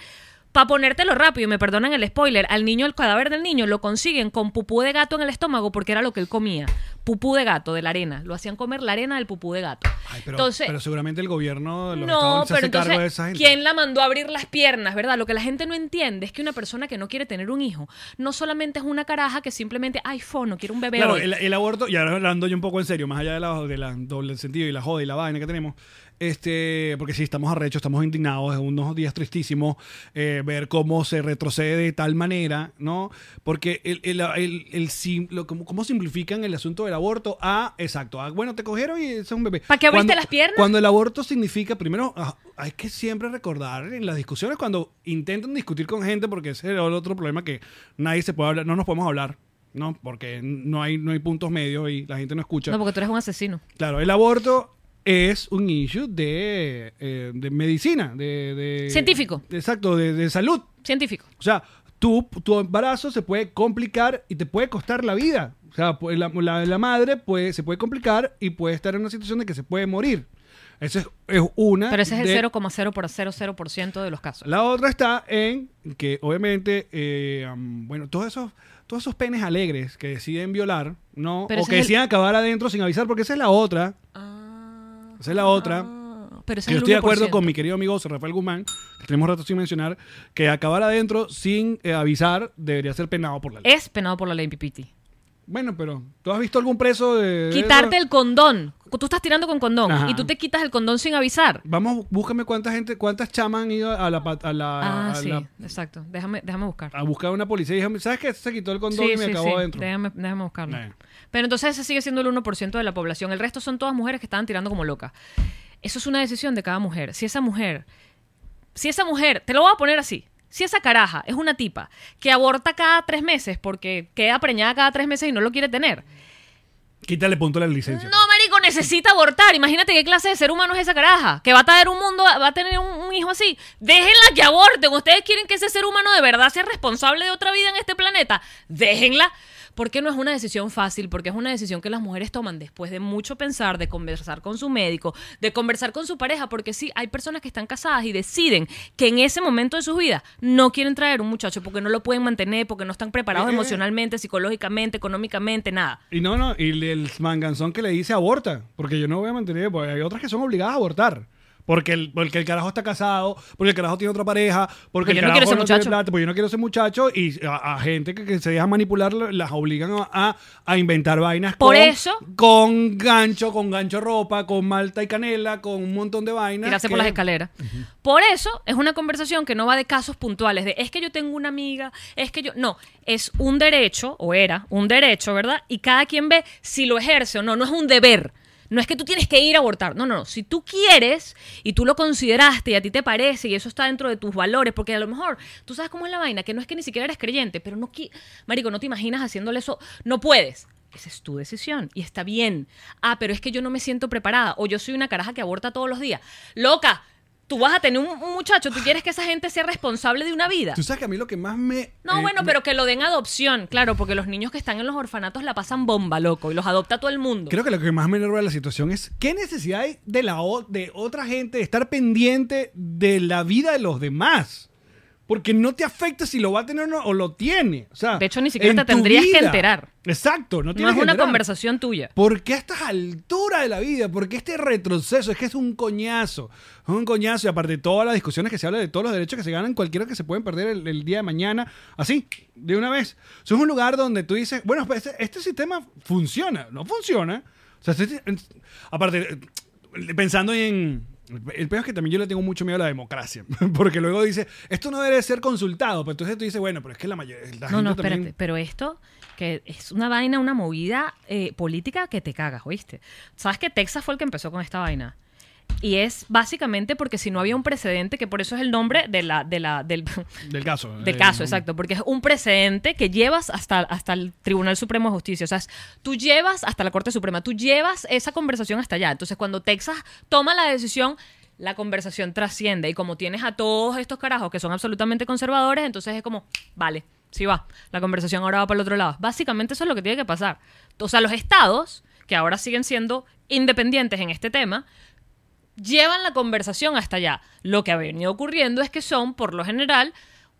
[SPEAKER 2] Para ponértelo rápido, y me perdonan el spoiler, al niño, el cadáver del niño, lo consiguen con pupú de gato en el estómago porque era lo que él comía. Pupú de gato, de la arena. Lo hacían comer la arena del pupú de gato.
[SPEAKER 1] Ay, pero,
[SPEAKER 2] entonces,
[SPEAKER 1] pero seguramente el gobierno de los
[SPEAKER 2] no,
[SPEAKER 1] Estados se
[SPEAKER 2] pero
[SPEAKER 1] hace cargo de
[SPEAKER 2] entonces,
[SPEAKER 1] esa gente.
[SPEAKER 2] ¿quién la mandó a abrir las piernas, verdad? Lo que la gente no entiende es que una persona que no quiere tener un hijo no solamente es una caraja que simplemente, ay, fo, no quiero un bebé
[SPEAKER 1] Claro,
[SPEAKER 2] hoy".
[SPEAKER 1] el, el aborto, y ahora hablando yo un poco en serio, más allá de la, de la doble sentido y la joda y la vaina que tenemos, este, porque sí, estamos arrechos, estamos indignados, es unos días tristísimos eh, ver cómo se retrocede de tal manera, ¿no? Porque el, el, el- el sim- lo- cómo, cómo simplifican el asunto del aborto a, exacto, a, bueno, te cogieron y es un bebé.
[SPEAKER 2] ¿Para qué abriste
[SPEAKER 1] Cuando-
[SPEAKER 2] las piernas?
[SPEAKER 1] Cuando el aborto significa, primero, ah, hay que siempre recordar en las discusiones cuando intentan discutir con gente, porque ese es el otro problema que nadie se puede hablar, no nos podemos hablar, ¿no? Porque no hay, no hay puntos medios y la gente no escucha.
[SPEAKER 2] No, porque tú eres un asesino.
[SPEAKER 1] Claro, el aborto es un issue de, eh, de medicina, de, de-
[SPEAKER 2] Científico.
[SPEAKER 1] Exacto, de, de salud.
[SPEAKER 2] Científico.
[SPEAKER 1] O sea, tu, tu embarazo se puede complicar y te puede costar la vida. O sea, pu- la, la- la madre puede, se puede complicar y puede estar en una situación de que se puede morir. Esa es, es una.
[SPEAKER 2] Pero ese es el
[SPEAKER 1] de-
[SPEAKER 2] 0,000% de los casos.
[SPEAKER 1] La otra está en que, obviamente, eh, am, bueno, todos esos, todos esos penes alegres que deciden violar, ¿no?
[SPEAKER 2] Pero
[SPEAKER 1] o
[SPEAKER 2] ese
[SPEAKER 1] que
[SPEAKER 2] es el-
[SPEAKER 1] deciden acabar adentro sin avisar, porque esa es la otra. Esa es la otra.
[SPEAKER 2] Ah, pero ese
[SPEAKER 1] Que yo
[SPEAKER 2] es el
[SPEAKER 1] estoy de acuerdo
[SPEAKER 2] 1%.
[SPEAKER 1] con mi querido amigo José Rafael Guzmán, que tenemos rato sin mencionar, que acabar adentro sin eh, avisar debería ser penado por la ley.
[SPEAKER 2] Es penado por la ley PPT.
[SPEAKER 1] Bueno, pero ¿tú has visto algún preso de...
[SPEAKER 2] Quitarte el condón. Tú estás tirando con condón
[SPEAKER 1] Ajá.
[SPEAKER 2] y tú te quitas el condón sin avisar.
[SPEAKER 1] Vamos, búscame cuánta gente, cuántas chamas han ido a la... pa- A la,
[SPEAKER 2] Ah,
[SPEAKER 1] a
[SPEAKER 2] sí,
[SPEAKER 1] la-
[SPEAKER 2] exacto. Déjame, déjame buscar.
[SPEAKER 1] a buscar a una policía y dijeron, ¿sabes qué? Se quitó el Ah, condón
[SPEAKER 2] Sí,
[SPEAKER 1] y me
[SPEAKER 2] sí,
[SPEAKER 1] acabó
[SPEAKER 2] sí.
[SPEAKER 1] adentro.
[SPEAKER 2] Déjame, déjame buscarlo.
[SPEAKER 1] Nah.
[SPEAKER 2] Pero entonces ese sigue siendo el 1% de la población. El resto son todas mujeres que estaban tirando como locas. Eso es una decisión de cada mujer. Si esa mujer, si esa mujer, te lo voy a poner así. Si esa caraja es una tipa que aborta cada tres meses porque queda preñada cada tres meses y no lo quiere tener,
[SPEAKER 1] Quítale punto a la licencia.
[SPEAKER 2] No, marico, necesita abortar. Imagínate qué clase de ser humano es esa caraja. Que va a traer un mundo, va a tener un, un hijo así. Déjenla que aborten. Ustedes quieren que ese ser humano de verdad sea responsable de otra vida en este planeta. Déjenla. Porque no es una decisión fácil, porque es una decisión que las mujeres toman después de mucho pensar, de conversar con su médico, de conversar con su pareja, porque sí, hay personas que están casadas y deciden que en ese momento de su vida no quieren traer un muchacho porque no lo pueden mantener, porque no están preparados
[SPEAKER 1] Eh, eh, eh.
[SPEAKER 2] emocionalmente, psicológicamente, económicamente, nada.
[SPEAKER 1] Y no, no, y el- el manganzón que le dice aborta, porque yo no voy a mantener, porque hay otras que son obligadas a abortar. Porque el, porque el carajo está casado, porque el carajo tiene otra pareja, porque
[SPEAKER 2] Porque
[SPEAKER 1] el
[SPEAKER 2] yo no
[SPEAKER 1] carajo
[SPEAKER 2] quiero ser
[SPEAKER 1] tiene
[SPEAKER 2] muchacho.
[SPEAKER 1] plata, porque yo no quiero ser muchacho, y a, a gente que, que se deja manipular lo- las obligan a, a- a inventar vainas con,
[SPEAKER 2] Por eso-
[SPEAKER 1] con gancho, con gancho ropa, con malta y canela, con un montón de vainas.
[SPEAKER 2] Tirarse
[SPEAKER 1] que-
[SPEAKER 2] por las escaleras. Por eso es una conversación que no va de casos puntuales, de es que yo tengo una amiga, es que yo. No, es un derecho, o era un derecho, ¿verdad? Y cada quien ve si lo ejerce o no, no es un deber. No es que tú tienes que ir a abortar. No, no, no. Si tú quieres y tú lo consideraste y a ti te parece y eso está dentro de tus valores, porque a lo mejor tú sabes cómo es la vaina, que no es que ni siquiera eres creyente, pero no. qui- Marico, no te imaginas haciéndole eso. No puedes. Esa es tu decisión y está bien. Ah, pero es que yo no me siento preparada o yo soy una caraja que aborta todos los días. Loca, tú vas a tener un, un muchacho, tú quieres que esa gente sea responsable de una vida.
[SPEAKER 1] Tú sabes que a mí lo que más me...
[SPEAKER 2] No,
[SPEAKER 1] eh,
[SPEAKER 2] bueno,
[SPEAKER 1] me-
[SPEAKER 2] pero que lo den adopción, claro, porque los niños que están en los orfanatos la pasan bomba, loco, y los adopta todo el mundo.
[SPEAKER 1] Creo que lo que más me enerva de la situación es qué necesidad hay de, la o- de otra gente de estar pendiente de la vida de los demás. Porque no te afecta si lo va a tener o, no, o lo tiene. O sea,
[SPEAKER 2] De hecho, ni siquiera
[SPEAKER 1] en
[SPEAKER 2] te
[SPEAKER 1] tu
[SPEAKER 2] tendrías que enterar.
[SPEAKER 1] Exacto, no
[SPEAKER 2] no
[SPEAKER 1] tienes
[SPEAKER 2] es
[SPEAKER 1] que
[SPEAKER 2] una
[SPEAKER 1] enterar.
[SPEAKER 2] conversación tuya.
[SPEAKER 1] ¿Por qué a estas alturas de la vida? ¿Por qué este retroceso? Es que es un coñazo. Es un coñazo. Y aparte de todas las discusiones que se habla de todos los derechos que se ganan, cualquiera que se pueden perder el, el día de mañana, así, de una vez. Eso es un lugar donde tú dices, bueno, pues, este, este sistema funciona. No funciona. O sea, este- aparte, eh, pensando en... El peor es que también yo le tengo mucho miedo a la democracia, porque luego dice, esto no debe ser consultado, pero entonces tú dices, bueno, pero es que la mayoría... La
[SPEAKER 2] No,
[SPEAKER 1] gente
[SPEAKER 2] no, espérate,
[SPEAKER 1] también-
[SPEAKER 2] pero esto que es una vaina, una movida eh, política que te cagas, ¿oíste? Sabes que Texas fue el que empezó con esta vaina. Y es básicamente porque si no había un precedente, que por eso es el nombre de la, de la, del,
[SPEAKER 1] Del caso.
[SPEAKER 2] del
[SPEAKER 1] eh,
[SPEAKER 2] caso,
[SPEAKER 1] no-
[SPEAKER 2] exacto, porque es un precedente que llevas hasta, hasta el Tribunal Supremo de Justicia, o sea, es- tú llevas hasta la Corte Suprema, tú llevas esa conversación hasta allá. Entonces, cuando Texas toma la decisión, la conversación trasciende y como tienes a todos estos carajos que son absolutamente conservadores, entonces es como, vale, sí va, la conversación ahora va para el otro lado. Básicamente eso es lo que tiene que pasar. O sea, los estados, que ahora siguen siendo independientes en este tema, llevan la conversación hasta allá. Lo que ha venido ocurriendo es que son, por lo general,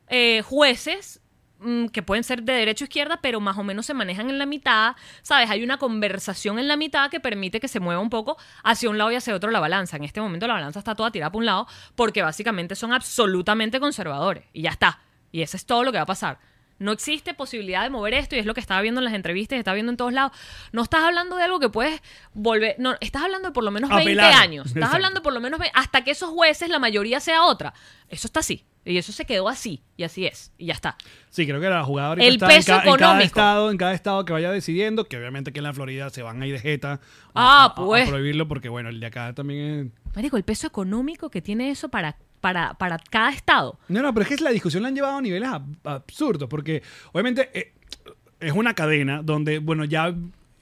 [SPEAKER 2] eh, jueces mm, que pueden ser de derecha o izquierda, pero más o menos se manejan en la mitad, ¿sabes? Hay una conversación en la mitad que permite que se mueva un poco hacia un lado y hacia otro la balanza. En este momento la balanza está toda tirada para un lado porque básicamente son absolutamente conservadores y ya está. Y eso es todo lo que va a pasar. No existe posibilidad de mover esto y es lo que estaba viendo en las entrevistas, está viendo en todos lados. No estás hablando de algo que puedes volver, no, estás hablando de por lo menos 20
[SPEAKER 1] Apelar.
[SPEAKER 2] años. Estás
[SPEAKER 1] Exacto.
[SPEAKER 2] hablando por lo menos ve- hasta que esos jueces la mayoría sea otra. Eso está así. Y eso se quedó así. Y así es. Y ya está.
[SPEAKER 1] Sí, creo que la jugada ahorita
[SPEAKER 2] El
[SPEAKER 1] está
[SPEAKER 2] peso
[SPEAKER 1] en, ca- en cada
[SPEAKER 2] económico.
[SPEAKER 1] estado, en cada estado que vaya decidiendo, que obviamente que en la Florida se van a ir de jeta a-
[SPEAKER 2] Ah,
[SPEAKER 1] a, a- a
[SPEAKER 2] pues.
[SPEAKER 1] prohibirlo porque bueno, el de acá también es...
[SPEAKER 2] Marico, el peso económico que tiene eso para, para, para cada estado.
[SPEAKER 1] No, no, pero es que la discusión la han llevado a niveles ab- absurdos porque obviamente eh, es una cadena donde, bueno, ya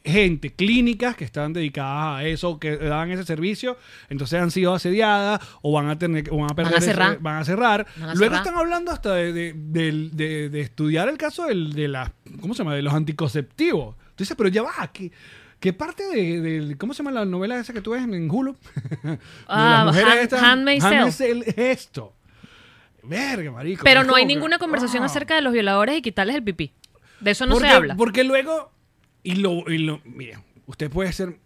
[SPEAKER 1] gente, clínicas que están dedicadas a eso, que dan ese servicio, entonces han sido asediadas o van a tener o van a perder ese-
[SPEAKER 2] cerrar.
[SPEAKER 1] van a cerrar.
[SPEAKER 2] Van a
[SPEAKER 1] Luego
[SPEAKER 2] cerrar.
[SPEAKER 1] están hablando hasta de, de- del- de- de estudiar el caso del, de las ¿cómo se llama? de los anticonceptivos. Tú dices, pero ya va, ¿qué, qué parte de, del- ¿cómo se llama la novela esa que tú ves en, en Hulu? De
[SPEAKER 2] Ah,
[SPEAKER 1] las mujeres
[SPEAKER 2] Hand- Handmaid's Tale.
[SPEAKER 1] Handmaid's Tale es esto. Verga, marico.
[SPEAKER 2] Pero
[SPEAKER 1] Es
[SPEAKER 2] no hay
[SPEAKER 1] como que-
[SPEAKER 2] ninguna conversación
[SPEAKER 1] ah.
[SPEAKER 2] acerca de los violadores y quitarles el pipí. De eso no
[SPEAKER 1] porque,
[SPEAKER 2] se habla.
[SPEAKER 1] Porque luego, y lo, y lo, mira, usted puede ser,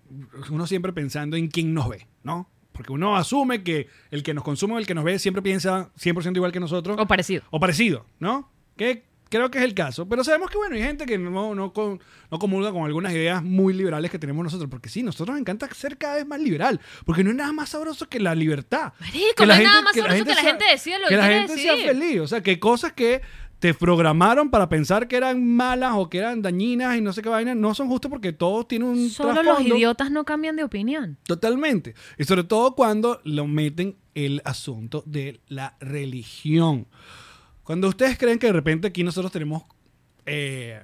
[SPEAKER 1] uno siempre pensando en quién nos ve, ¿no? Porque uno asume que el que nos consume o el que nos ve siempre piensa 100% igual que nosotros.
[SPEAKER 2] O parecido.
[SPEAKER 1] O parecido, ¿no? Que creo que es el caso. Pero sabemos que, bueno, hay gente que no, no, con- no comulga con algunas ideas muy liberales que tenemos nosotros. Porque sí, nosotros nos encanta ser cada vez más liberal. Porque no hay nada más sabroso que la libertad.
[SPEAKER 2] Marico, no hay nada más sabroso que la gente decida lo que
[SPEAKER 1] la
[SPEAKER 2] quiere
[SPEAKER 1] gente sea
[SPEAKER 2] decidir.
[SPEAKER 1] feliz. O sea, que cosas que te programaron para pensar que eran malas o que eran dañinas y no sé qué vaina, no son justas porque todos tienen un
[SPEAKER 2] Solo los
[SPEAKER 1] trasfondo.
[SPEAKER 2] idiotas no cambian de opinión.
[SPEAKER 1] Totalmente. Y sobre todo cuando lo meten el asunto de la religión. Cuando ustedes creen que de repente aquí nosotros tenemos eh,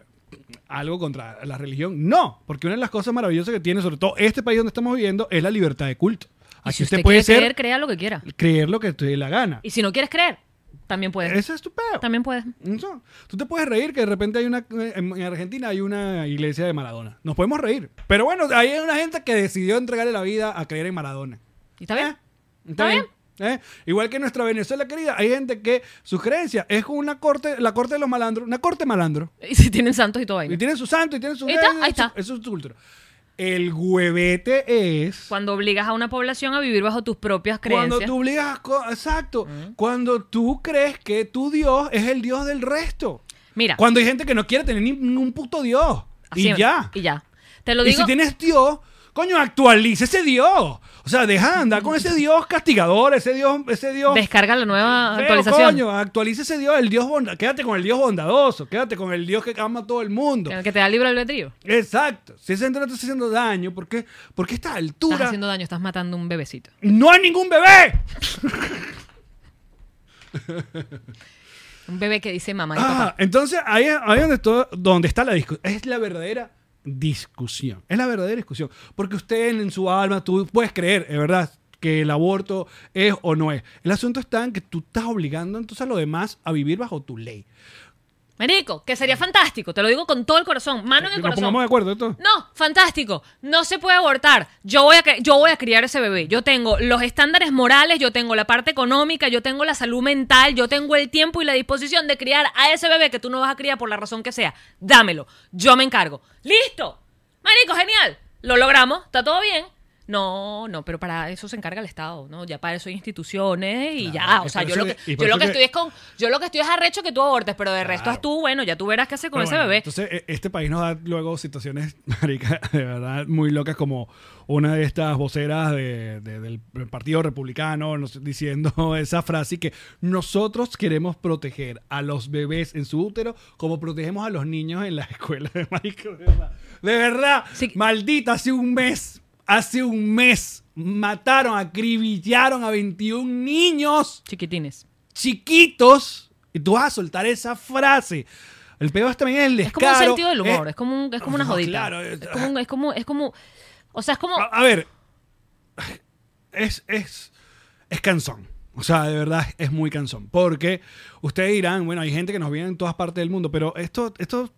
[SPEAKER 1] algo contra la religión, no, porque una de las cosas maravillosas que tiene, sobre todo este país donde estamos viviendo, es la libertad de culto.
[SPEAKER 2] Y
[SPEAKER 1] Aquí
[SPEAKER 2] si
[SPEAKER 1] Ah, usted,
[SPEAKER 2] usted,
[SPEAKER 1] puede
[SPEAKER 2] quiere
[SPEAKER 1] ser, creer,
[SPEAKER 2] creer, crea lo que quiera.
[SPEAKER 1] lo que te dé la gana.
[SPEAKER 2] Y si no quieres creer, también puedes.
[SPEAKER 1] Ese es tu pedo.
[SPEAKER 2] También puedes.
[SPEAKER 1] Eso. Tú te puedes reír que de repente hay una en en Argentina hay una iglesia de Maradona. Nos podemos reír. Pero bueno, ahí hay una gente que decidió entregarle la vida a creer en Maradona.
[SPEAKER 2] ¿Y está bien?
[SPEAKER 1] ¿Eh? Está
[SPEAKER 2] ¿Está
[SPEAKER 1] bien. ¿Eh? Igual que en nuestra Venezuela querida, hay gente que su creencia es una corte, la corte de los malandros, una corte malandro.
[SPEAKER 2] Y si tienen santos y todo ahí.
[SPEAKER 1] Y tienen su santo y tienen su.
[SPEAKER 2] Ahí está, ahí está.
[SPEAKER 1] Eso es su cultura. El huevete es.
[SPEAKER 2] Cuando obligas a una población a vivir bajo tus propias
[SPEAKER 1] Cuando
[SPEAKER 2] creencias.
[SPEAKER 1] tú obligas. a co- Exacto.
[SPEAKER 2] Mm.
[SPEAKER 1] Cuando tú crees que tu Dios es el Dios del resto.
[SPEAKER 2] Mira.
[SPEAKER 1] Cuando hay gente que no quiere tener ni ni un puto Dios.
[SPEAKER 2] así
[SPEAKER 1] y
[SPEAKER 2] es.
[SPEAKER 1] ya.
[SPEAKER 2] Y ya. Te lo
[SPEAKER 1] Y
[SPEAKER 2] digo.
[SPEAKER 1] si tienes Dios, coño, actualiza ese Dios. O sea, deja de andar con ese Dios castigador, ese Dios, ese Dios.
[SPEAKER 2] Descarga la nueva
[SPEAKER 1] feo,
[SPEAKER 2] actualización.
[SPEAKER 1] coño, actualiza ese Dios, el Dios bonda- quédate con el Dios bondadoso, quédate con el Dios que ama a todo el mundo.
[SPEAKER 2] Que te da libre albedrío.
[SPEAKER 1] Exacto. Si ese no te está haciendo daño, ¿por qué? Porque a esta
[SPEAKER 2] Estás
[SPEAKER 1] altura
[SPEAKER 2] haciendo daño, estás matando un bebecito.
[SPEAKER 1] no hay ningún bebé.
[SPEAKER 2] Un bebé que dice mamá y
[SPEAKER 1] Ah,
[SPEAKER 2] papá.
[SPEAKER 1] entonces ahí es ahí es donde, todo- donde está la discusión. Es la verdadera discusión. Es la verdadera discusión. Porque usted en, en su alma, tú puedes creer, es verdad, que el aborto es o no es. El asunto está en que tú estás obligando entonces a los demás a vivir bajo tu ley.
[SPEAKER 2] Marico, que sería fantástico. Te lo digo con todo el corazón. Mano en
[SPEAKER 1] Que
[SPEAKER 2] el
[SPEAKER 1] nos
[SPEAKER 2] corazón.
[SPEAKER 1] pongamos de acuerdo esto.
[SPEAKER 2] No, fantástico. No se puede abortar. Yo voy, a, cri- yo voy a criar ese bebé. Yo tengo los estándares morales, yo tengo la parte económica, yo tengo la salud mental, yo tengo el tiempo y la disposición de criar a ese bebé que tú no vas a criar por la razón que sea. Dámelo. Yo me encargo. ¡Listo! Marico, genial. Lo logramos. Está todo bien. No, no, pero para eso se encarga el Estado, ¿no? Ya para eso hay instituciones y
[SPEAKER 1] Claro,
[SPEAKER 2] ya.
[SPEAKER 1] y
[SPEAKER 2] O sea,
[SPEAKER 1] por
[SPEAKER 2] yo
[SPEAKER 1] eso
[SPEAKER 2] lo que,
[SPEAKER 1] que- y por
[SPEAKER 2] yo lo
[SPEAKER 1] eso
[SPEAKER 2] que
[SPEAKER 1] que-
[SPEAKER 2] estoy es con. Yo lo que estoy es arrecho que tú abortes, pero de resto
[SPEAKER 1] Claro.
[SPEAKER 2] es tú, bueno, ya tú verás qué hace con
[SPEAKER 1] Pero
[SPEAKER 2] ese
[SPEAKER 1] bueno,
[SPEAKER 2] bebé.
[SPEAKER 1] Entonces, e- este país nos da luego situaciones, marica, de verdad, muy locas, como una de estas voceras de- de- del Partido Republicano no sé, diciendo esa frase que nosotros queremos proteger a los bebés en su útero como protegemos a los niños en la escuela. Marica, de verdad. De verdad,
[SPEAKER 2] Sí.
[SPEAKER 1] maldita, hace un mes, hace un mes, mataron, acribillaron a 21 niños
[SPEAKER 2] Chiquitines.
[SPEAKER 1] chiquitos y tú vas a soltar esa frase. El peor también es el
[SPEAKER 2] Es como
[SPEAKER 1] descaro.
[SPEAKER 2] un sentido del humor,
[SPEAKER 1] Eh,
[SPEAKER 2] es como, un- es como una
[SPEAKER 1] No,
[SPEAKER 2] jodita.
[SPEAKER 1] claro, Ah, eh,
[SPEAKER 2] es, como, un- es como, es como, o sea, es como,
[SPEAKER 1] a, a ver, es, es, es cansón. O sea, de verdad es muy cansón. Porque ustedes dirán, bueno, hay gente que nos viene en todas partes del mundo, pero esto, esto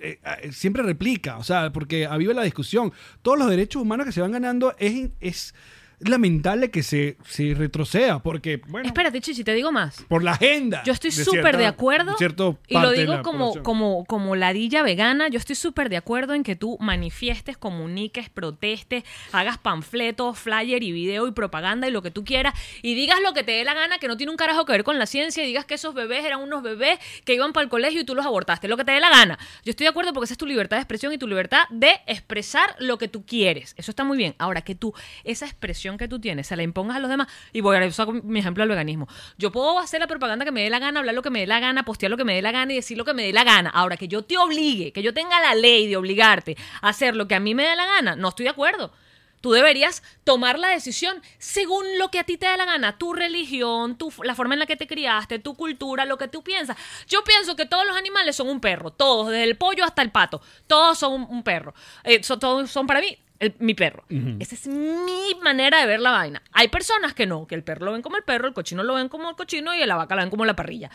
[SPEAKER 1] eh, eh, siempre replica, o sea, porque aviva la discusión. Todos los derechos humanos que se van ganando es, es, lamentable que se, se retroceda, porque, bueno,
[SPEAKER 2] Espérate, Chichi, te digo más.
[SPEAKER 1] por la agenda.
[SPEAKER 2] Yo estoy
[SPEAKER 1] de
[SPEAKER 2] súper de
[SPEAKER 1] cierta-
[SPEAKER 2] acuerdo.
[SPEAKER 1] cierto
[SPEAKER 2] y lo
[SPEAKER 1] parte de la
[SPEAKER 2] digo como,
[SPEAKER 1] población.
[SPEAKER 2] como, como ladilla vegana. Yo estoy súper de acuerdo en que tú manifiestes, comuniques, protestes, hagas panfletos, flyer y video y propaganda y lo que tú quieras. Y digas lo que te dé la gana, que no tiene un carajo que ver con la ciencia. Y digas que esos bebés eran unos bebés que iban para el colegio y tú los abortaste. Lo que te dé la gana. Yo estoy de acuerdo porque esa es tu libertad de expresión y tu libertad de expresar lo que tú quieres. Eso está muy bien. Ahora, que tú, esa expresión que tú tienes, se la impongas a los demás. Y voy a usar mi ejemplo al veganismo. Yo puedo hacer la propaganda que me dé la gana, hablar lo que me dé la gana, postear lo que me dé la gana y decir lo que me dé la gana. Ahora, que yo te obligue, que yo tenga la ley de obligarte a hacer lo que a mí me dé la gana, no estoy de acuerdo. Tú deberías tomar la decisión según lo que a ti te da la gana, tu religión, tu, la forma en la que te criaste, tu cultura, lo que tú piensas. Yo pienso que todos los animales son un perro, todos, desde el pollo hasta el pato, todos son un, un perro, Eh, son- todos son para mí el- mi perro. Esa es mi manera de ver la vaina. Hay personas que no, que el perro lo ven como el perro, el cochino lo ven como el cochino y la vaca la ven como la parrilla.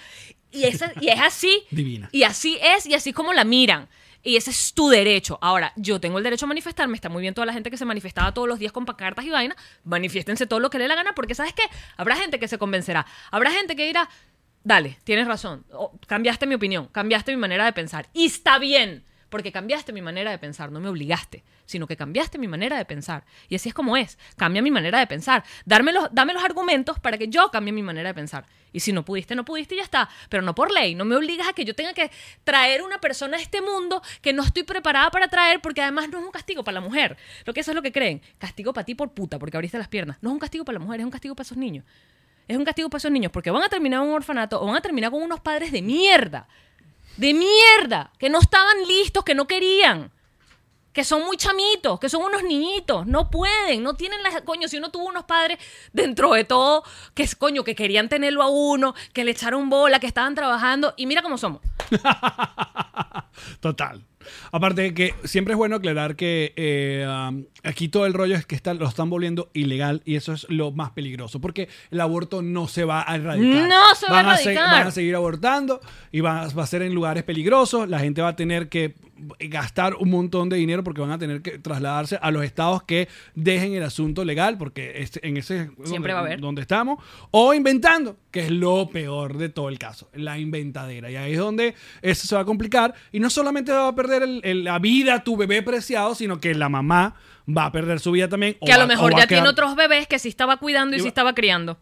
[SPEAKER 2] Y, esa- y es así.
[SPEAKER 1] Divina.
[SPEAKER 2] Y así es, y así es como la miran. Y ese es tu derecho. Ahora, yo tengo el derecho a manifestarme. Está muy bien toda la gente que se manifestaba todos los días con pancartas y vaina. Manifiéstense todo lo que le dé la gana, porque ¿sabes qué? Habrá gente que se convencerá. Habrá gente que dirá, dale, tienes razón. O, cambiaste mi opinión, cambiaste mi manera de pensar. Y está bien, porque cambiaste mi manera de pensar, no me obligaste, sino que cambiaste mi manera de pensar. Y así es como es. Cambia mi manera de pensar. Darme los, dame los argumentos para que yo cambie mi manera de pensar. Y si no pudiste, no pudiste y ya está. Pero no por ley. No me obligas a que yo tenga que traer una persona a este mundo que no estoy preparada para traer, porque además no es un castigo para la mujer. Lo que eso es lo que creen. Castigo para ti por puta, porque abriste las piernas. No es un castigo para la mujer, es un castigo para esos niños. Es un castigo para esos niños, porque van a terminar en un orfanato o van a terminar con unos padres de mierda. De mierda. Que no estaban listos, que no querían que son muy chamitos, que son unos niñitos, no pueden, no tienen las coño, si uno tuvo unos padres dentro de todo que es coño que querían tenerlo a uno, que le echaron bola, que estaban trabajando y mira cómo somos.
[SPEAKER 1] Total. Aparte de que siempre es bueno aclarar que eh, um, aquí todo el rollo es que está- lo están volviendo ilegal y eso es lo más peligroso porque el aborto no se va a erradicar.
[SPEAKER 2] No se va
[SPEAKER 1] Van
[SPEAKER 2] a
[SPEAKER 1] se-
[SPEAKER 2] erradicar.
[SPEAKER 1] van a seguir abortando y va, a- va a ser en lugares peligrosos. La gente va a tener que gastar un montón de dinero porque van a tener que trasladarse a los estados que dejen el asunto legal porque es- en ese donde,
[SPEAKER 2] Siempre va a haber.
[SPEAKER 1] donde estamos o inventando que es lo peor de todo el caso la inventadera y ahí es donde eso se va a complicar y no solamente va a perder el- el- la vida tu bebé preciado sino que la mamá va a perder su vida también o
[SPEAKER 2] que a
[SPEAKER 1] va-
[SPEAKER 2] lo
[SPEAKER 1] o
[SPEAKER 2] mejor
[SPEAKER 1] va
[SPEAKER 2] ya
[SPEAKER 1] a quedar-
[SPEAKER 2] tiene otros bebés que sí estaba cuidando y,
[SPEAKER 1] Y
[SPEAKER 2] sí
[SPEAKER 1] va-
[SPEAKER 2] estaba criando.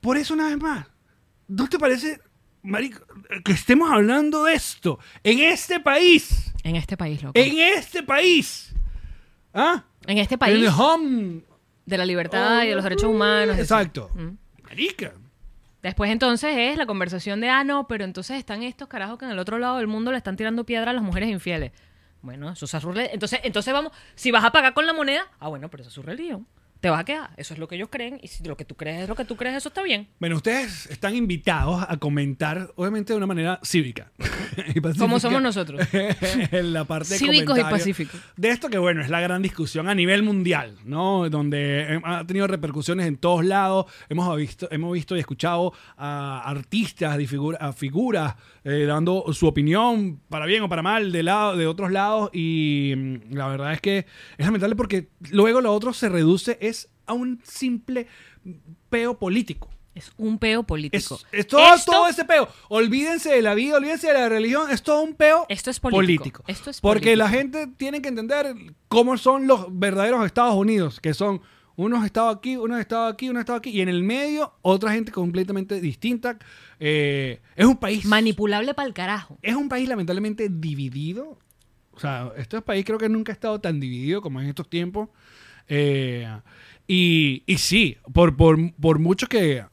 [SPEAKER 1] por eso una vez más ¿no te parece marico que estemos hablando de esto en este país
[SPEAKER 2] En este país, loco.
[SPEAKER 1] en este país ¿ah?
[SPEAKER 2] En este
[SPEAKER 1] en
[SPEAKER 2] país
[SPEAKER 1] el home
[SPEAKER 2] de la libertad y de los derechos humanos. Mm. de-
[SPEAKER 1] exacto marica
[SPEAKER 2] Después entonces es la conversación de, ah, no, pero entonces están estos carajos que en el otro lado del mundo le están tirando piedra a las mujeres infieles. Bueno, eso es surreal. Entonces, entonces vamos, si vas a pagar con la moneda, ah, bueno, pero eso es su religión. Te vas a quedar. Eso es lo que ellos creen. Y si lo que tú crees es lo que tú crees, eso está bien.
[SPEAKER 1] Bueno, ustedes están invitados a comentar, obviamente de una manera cívica. y pacífica.
[SPEAKER 2] Como somos nosotros.
[SPEAKER 1] en la parte de
[SPEAKER 2] Cívicos y
[SPEAKER 1] comentarios
[SPEAKER 2] pacíficos.
[SPEAKER 1] De esto que, bueno, es la gran discusión a nivel mundial, ¿no? Donde eh, ha tenido repercusiones en todos lados. Hemos visto, hemos visto y escuchado a artistas, de figu- a figuras, eh, dando su opinión, para bien o para mal, de, lado, de otros lados. Y mm, la verdad es que es lamentable porque luego lo otro se reduce es a un simple peo político.
[SPEAKER 2] Es un peo político.
[SPEAKER 1] Es, es todo,
[SPEAKER 2] Esto-
[SPEAKER 1] todo ese peo. Olvídense de la vida, olvídense de la religión. Es todo un peo
[SPEAKER 2] Esto es político. Esto es
[SPEAKER 1] Porque
[SPEAKER 2] político.
[SPEAKER 1] la gente tiene que entender cómo son los verdaderos Estados Unidos, que son unos estados aquí, unos estados aquí, unos estados aquí, y en el medio otra gente completamente distinta. Eh, es un país...
[SPEAKER 2] manipulable para el carajo.
[SPEAKER 1] es un país lamentablemente dividido. O sea, este país creo que nunca ha estado tan dividido como en estos tiempos. Eh, y, y sí, por, por, por mucho que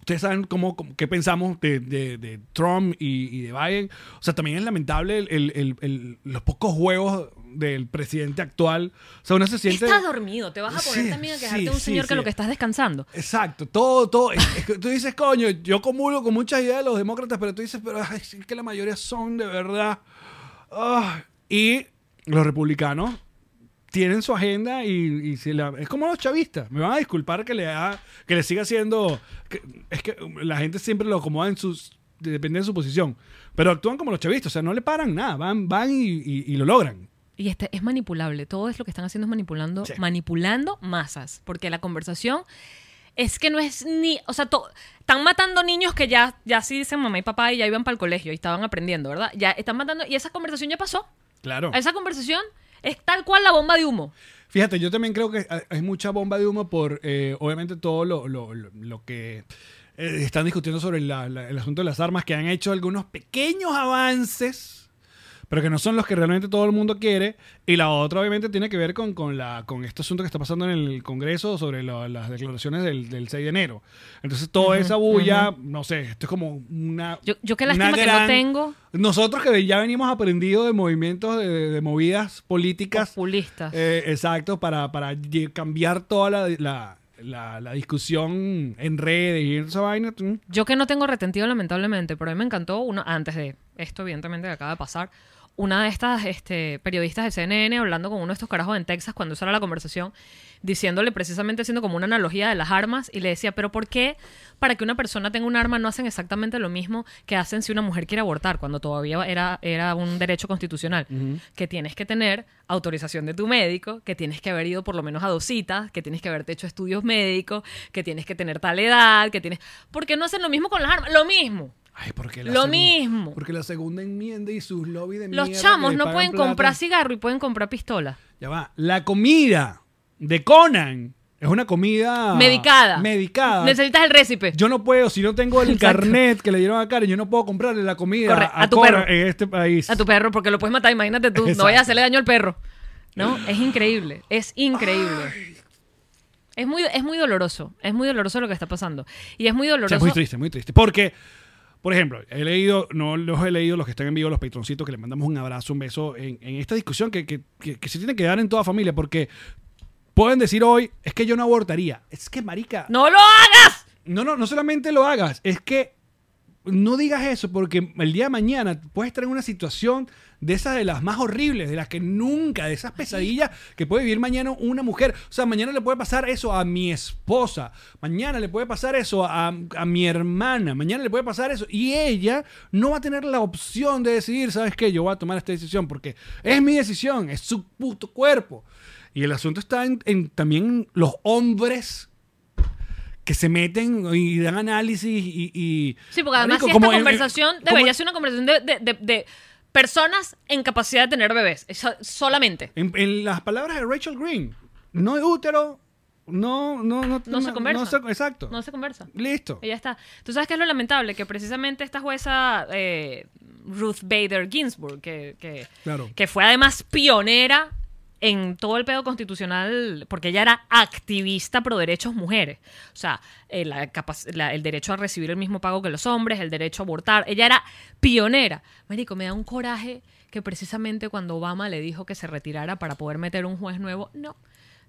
[SPEAKER 1] ustedes saben cómo, cómo- qué pensamos de, de- de Trump y, y de Biden. O sea, también es lamentable el- el- el- el- los pocos juegos del presidente actual. O sea, uno se siente...
[SPEAKER 2] Estás dormido. Te vas a poner
[SPEAKER 1] Sí,
[SPEAKER 2] también a
[SPEAKER 1] sí,
[SPEAKER 2] quejarte de un
[SPEAKER 1] sí,
[SPEAKER 2] señor
[SPEAKER 1] sí.
[SPEAKER 2] que lo que estás descansando.
[SPEAKER 1] Exacto, todo, todo. Es- es que tú dices, coño, yo comulgo con muchas ideas de los demócratas, pero tú dices, pero ay, es que la mayoría son de verdad. Ah, y los republicanos tienen su agenda y, y se la- es como los chavistas. Me van a disculpar que le, ha- que le siga haciendo. que- es que la gente siempre lo acomoda en sus. Depende de su posición. Pero actúan como los chavistas, o sea, no le paran nada, van, van y, y- y lo logran.
[SPEAKER 2] Y este es manipulable. Todo es lo que están haciendo es manipulando,
[SPEAKER 1] Sí.
[SPEAKER 2] manipulando masas. Porque la conversación es que no es ni. O sea, to- están matando niños que ya, ya sí dicen mamá y papá y ya iban para el colegio y estaban aprendiendo, ¿verdad? Ya están matando. Y esa conversación ya pasó.
[SPEAKER 1] Claro.
[SPEAKER 2] Esa conversación es tal cual la bomba de humo.
[SPEAKER 1] Fíjate, yo también creo que es mucha bomba de humo por, eh, obviamente, todo lo, lo- lo- lo que eh, están discutiendo sobre la- la- el asunto de las armas, que han hecho algunos pequeños avances, pero que no son los que realmente todo el mundo quiere. Y la otra, obviamente, tiene que ver con, con, la, con este asunto que está pasando en el Congreso sobre lo- las declaraciones del, del 6 de enero. Entonces, toda esa bulla, no sé, esto es como una...
[SPEAKER 2] Yo- yo qué
[SPEAKER 1] una
[SPEAKER 2] lástima que no
[SPEAKER 1] gran-
[SPEAKER 2] tengo.
[SPEAKER 1] Nosotros que ya venimos aprendido de movimientos, de, de movidas políticas.
[SPEAKER 2] Populistas.
[SPEAKER 1] Eh, exacto, para, para lle- cambiar toda la, la- la- la discusión en redes y esa vaina. tú.
[SPEAKER 2] Yo que no tengo retentivo, lamentablemente, pero a mí me encantó una, antes de esto, evidentemente, que acaba de pasar, una de estas este, periodistas de CNN hablando con uno de estos carajos en Texas cuando eso era la conversación, diciéndole precisamente, haciendo como una analogía de las armas, y le decía, pero ¿por qué para que una persona tenga un arma no hacen exactamente lo mismo que hacen si una mujer quiere abortar, cuando todavía era, era un derecho constitucional? Que tienes que tener autorización de tu médico, que tienes que haber ido por lo menos a dos citas, que tienes que haberte hecho estudios médicos, que tienes que tener tal edad, que tienes... ¿Por qué no hacen lo mismo con las armas? Lo mismo.
[SPEAKER 1] Ay, porque
[SPEAKER 2] Lo
[SPEAKER 1] segun-
[SPEAKER 2] mismo.
[SPEAKER 1] Porque la segunda enmienda y sus lobbies de
[SPEAKER 2] Los
[SPEAKER 1] mierda
[SPEAKER 2] chamos
[SPEAKER 1] que le
[SPEAKER 2] no
[SPEAKER 1] pagan
[SPEAKER 2] pueden
[SPEAKER 1] plata.
[SPEAKER 2] comprar cigarro y pueden comprar pistola.
[SPEAKER 1] Ya va. La comida de Conan es una comida.
[SPEAKER 2] Medicada.
[SPEAKER 1] Ah, Medicada.
[SPEAKER 2] Necesitas el récipe.
[SPEAKER 1] yo no puedo, si no tengo el
[SPEAKER 2] Exacto.
[SPEAKER 1] carnet que le dieron a Karen, yo no puedo comprarle la comida
[SPEAKER 2] Corre-
[SPEAKER 1] a,
[SPEAKER 2] a tu
[SPEAKER 1] Conan
[SPEAKER 2] perro.
[SPEAKER 1] en este país.
[SPEAKER 2] A tu perro, porque lo puedes matar, imagínate tú.
[SPEAKER 1] Exacto.
[SPEAKER 2] No vayas a hacerle daño al perro. ¿No? Es increíble. Es increíble. Es muy, es muy doloroso. Es muy doloroso lo que está pasando. Y es muy
[SPEAKER 1] O sea,
[SPEAKER 2] doloroso.
[SPEAKER 1] es muy triste, muy triste. Porque, por ejemplo, he leído, no los he leído los que están en vivo, los patroncitos, que le mandamos un abrazo, un beso en, en esta discusión que, que- que- que se tiene que dar en toda familia, porque pueden decir hoy, es que yo no abortaría. Es que, marica, no,
[SPEAKER 2] ¡No lo hagas!
[SPEAKER 1] no, no, solamente lo hagas, es que no digas eso, porque el día de mañana puedes estar en una situación de esas de las más horribles, de las que nunca, de esas pesadillas que puede vivir mañana una mujer. O sea, mañana le puede pasar eso a mi esposa, mañana le puede pasar eso a, a mi hermana, mañana le puede pasar eso. Y ella no va a tener la opción de decidir, ¿sabes qué? Yo voy a tomar esta decisión porque es mi decisión, es su puto cuerpo. Y el asunto está en, en también los hombres que se meten y dan análisis y... y-
[SPEAKER 2] Sí, porque además
[SPEAKER 1] Marico,
[SPEAKER 2] si
[SPEAKER 1] como
[SPEAKER 2] esta
[SPEAKER 1] en- en-
[SPEAKER 2] conversación
[SPEAKER 1] como-
[SPEAKER 2] debería ser una conversación de, de- de- de personas en capacidad de tener bebés. Eso- solamente.
[SPEAKER 1] En, en las palabras de Rachel Green, no hay útero, no, no, no,
[SPEAKER 2] No se conversa.
[SPEAKER 1] se- exacto.
[SPEAKER 2] No se conversa.
[SPEAKER 1] Listo.
[SPEAKER 2] Ella está. ¿Tú sabes qué es lo lamentable? Que precisamente esta jueza eh, Ruth Bader Ginsburg, que, que,
[SPEAKER 1] Claro.
[SPEAKER 2] que fue además pionera en todo el pedo constitucional, porque ella era activista pro derechos mujeres. O sea, eh, la capac- la- el derecho a recibir el mismo pago que los hombres, el derecho a abortar. Ella era pionera. Marico, me da un coraje que precisamente cuando Obama le dijo que se retirara para poder meter un juez nuevo, no.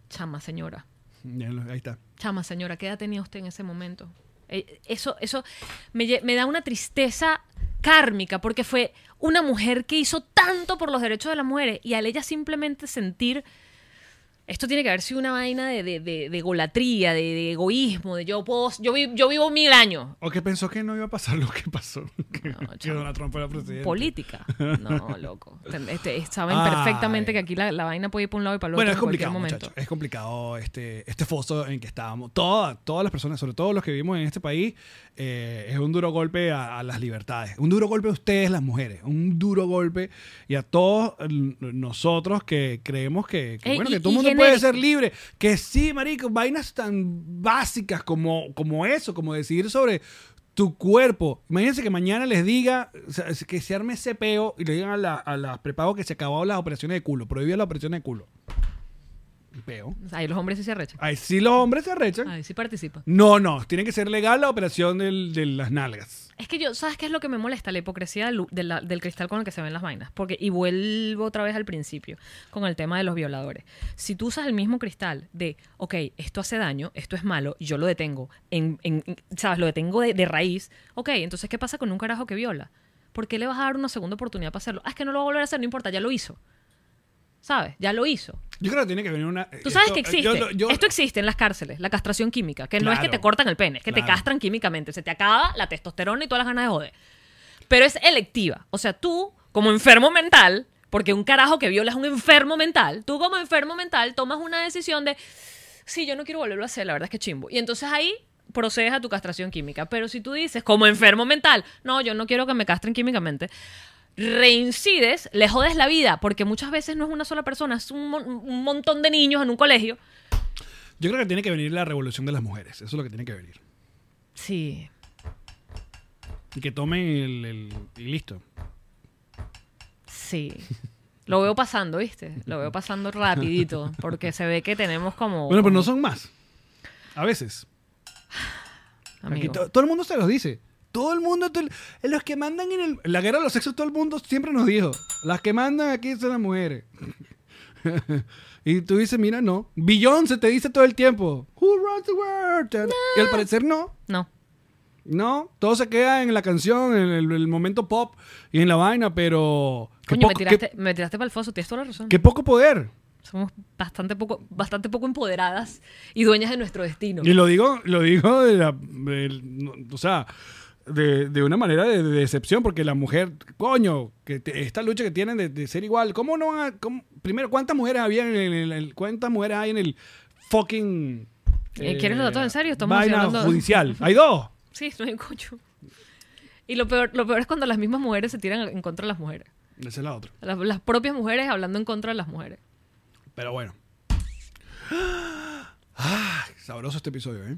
[SPEAKER 2] Chama, señora.
[SPEAKER 1] Ya lo- Ahí está.
[SPEAKER 2] Chama, señora, ¿qué edad tenía usted en ese momento? Eh, Eso, eso me, lle- me da una tristeza kármica porque fue una mujer que hizo tanto por los derechos de las mujeres y al ella simplemente sentir esto tiene que haber sido una vaina de, de, de- de egolatría, de, de egoísmo, de yo puedo, yo, vi- yo vivo mil años.
[SPEAKER 1] O que pensó que no iba a pasar lo que pasó. que,
[SPEAKER 2] No,
[SPEAKER 1] que Donald Trump era presidente.
[SPEAKER 2] Política. No, loco. Este, saben
[SPEAKER 1] Ay.
[SPEAKER 2] perfectamente que aquí la, la vaina puede ir por un lado y para el otro
[SPEAKER 1] Bueno,
[SPEAKER 2] en
[SPEAKER 1] es complicado,
[SPEAKER 2] cualquier momento.
[SPEAKER 1] muchachos. Es complicado este, este foso en que estábamos. Todas, todas las personas, sobre todo los que vivimos en este país, eh, es un duro golpe a, a las libertades. Un duro golpe a ustedes, las mujeres. Un duro golpe y a todos eh, nosotros que creemos que, que,
[SPEAKER 2] Eh,
[SPEAKER 1] bueno,
[SPEAKER 2] y-
[SPEAKER 1] que todo el
[SPEAKER 2] y
[SPEAKER 1] mundo puede
[SPEAKER 2] genérico.
[SPEAKER 1] ser libre. Que sí, marico, vainas tan básicas como, como eso, como decidir sobre tu cuerpo. Imagínense que mañana les diga, o sea, que se arme ese peo y le digan a las a las prepago que se acabaron las operaciones de culo, prohibido las operaciones de culo. Peo.
[SPEAKER 2] Ahí los hombres sí se arrechan.
[SPEAKER 1] Ahí sí los hombres se arrechan.
[SPEAKER 2] Ahí sí participan.
[SPEAKER 1] No, no, tiene que ser legal la operación del- de las nalgas.
[SPEAKER 2] Es que yo, ¿sabes qué es lo que me molesta? La hipocresía del, de la- del cristal con el que se ven las vainas. Porque, y vuelvo otra vez al principio, con el tema de los violadores. Si tú usas el mismo cristal de, ok, esto hace daño, esto es malo, yo lo detengo, en, en- en- ¿sabes? Lo detengo de, de raíz, ok, entonces, ¿qué pasa con un carajo que viola? ¿Por qué le vas a dar una segunda oportunidad para hacerlo? Ah, es que no lo va a volver a hacer, no importa, ya lo hizo. ¿Sabes? Ya lo hizo.
[SPEAKER 1] Yo creo que tiene que venir una.
[SPEAKER 2] Tú sabes
[SPEAKER 1] esto- eh,
[SPEAKER 2] que existe.
[SPEAKER 1] yo lo- yo-
[SPEAKER 2] Esto existe en las cárceles, la castración química, que no es que
[SPEAKER 1] Claro.
[SPEAKER 2] te cortan el pene, es que te
[SPEAKER 1] Claro.
[SPEAKER 2] castran químicamente, se te acaba la testosterona y todas las ganas de joder. Pero es electiva. O sea, tú, como enfermo mental, Porque un carajo que viola es un enfermo mental. Tú como enfermo mental tomas una decisión de, sí, yo no quiero volverlo a hacer, la verdad es que chimbo. Y entonces ahí procedes a tu castración química. Pero si tú dices, como enfermo mental, no, yo no quiero que me castren químicamente, reincides, le jodes la vida, porque muchas veces no es una sola persona, es un, mon- un montón de niños en un colegio.
[SPEAKER 1] Yo creo que tiene que venir la revolución de las mujeres. Eso es lo que tiene que venir.
[SPEAKER 2] Sí.
[SPEAKER 1] Y que tomen el, el- y listo.
[SPEAKER 2] Sí. Lo veo pasando, ¿viste? Lo veo pasando rapidito, porque se ve que tenemos como...
[SPEAKER 1] Bueno, pero no son más. A veces. Aquí
[SPEAKER 2] Amigo.
[SPEAKER 1] to- todo el mundo se los dice. Todo el mundo, todo el- los que mandan en, el- en la guerra de los sexos, todo el mundo siempre nos dijo, las que mandan aquí son las mujeres. y tú dices, mira, no. Billón se te dice todo el tiempo, Who runs the world? Y al parecer no.
[SPEAKER 2] No.
[SPEAKER 1] No, todo se queda en la canción, en el, el momento pop y en la vaina, pero... Qué,
[SPEAKER 2] Coño, me
[SPEAKER 1] poco, qué-
[SPEAKER 2] tiraste, me tiraste para el foso, tienes toda la razón.
[SPEAKER 1] qué poco poder.
[SPEAKER 2] Somos bastante poco, bastante poco empoderadas y dueñas de nuestro destino.
[SPEAKER 1] Y lo digo, lo digo de la, del- no, o sea, de, de una manera de, de decepción, porque la mujer, coño, que te- esta lucha que tienen de, de ser igual, ¿cómo no van a, cómo- primero, cuántas mujeres había en el, en el- cuántas mujeres hay en el fucking
[SPEAKER 2] Eh, ¿quieres los datos en serio? Estamos
[SPEAKER 1] vaina
[SPEAKER 2] hablando-
[SPEAKER 1] judicial. Hay dos.
[SPEAKER 2] Sí, no hay un coño. Y lo peor, lo peor es cuando las mismas mujeres se tiran en contra de las mujeres.
[SPEAKER 1] Esa es la otra.
[SPEAKER 2] Las, las propias mujeres hablando en contra de las mujeres.
[SPEAKER 1] Pero bueno. Ah, sabroso este episodio, ¿eh?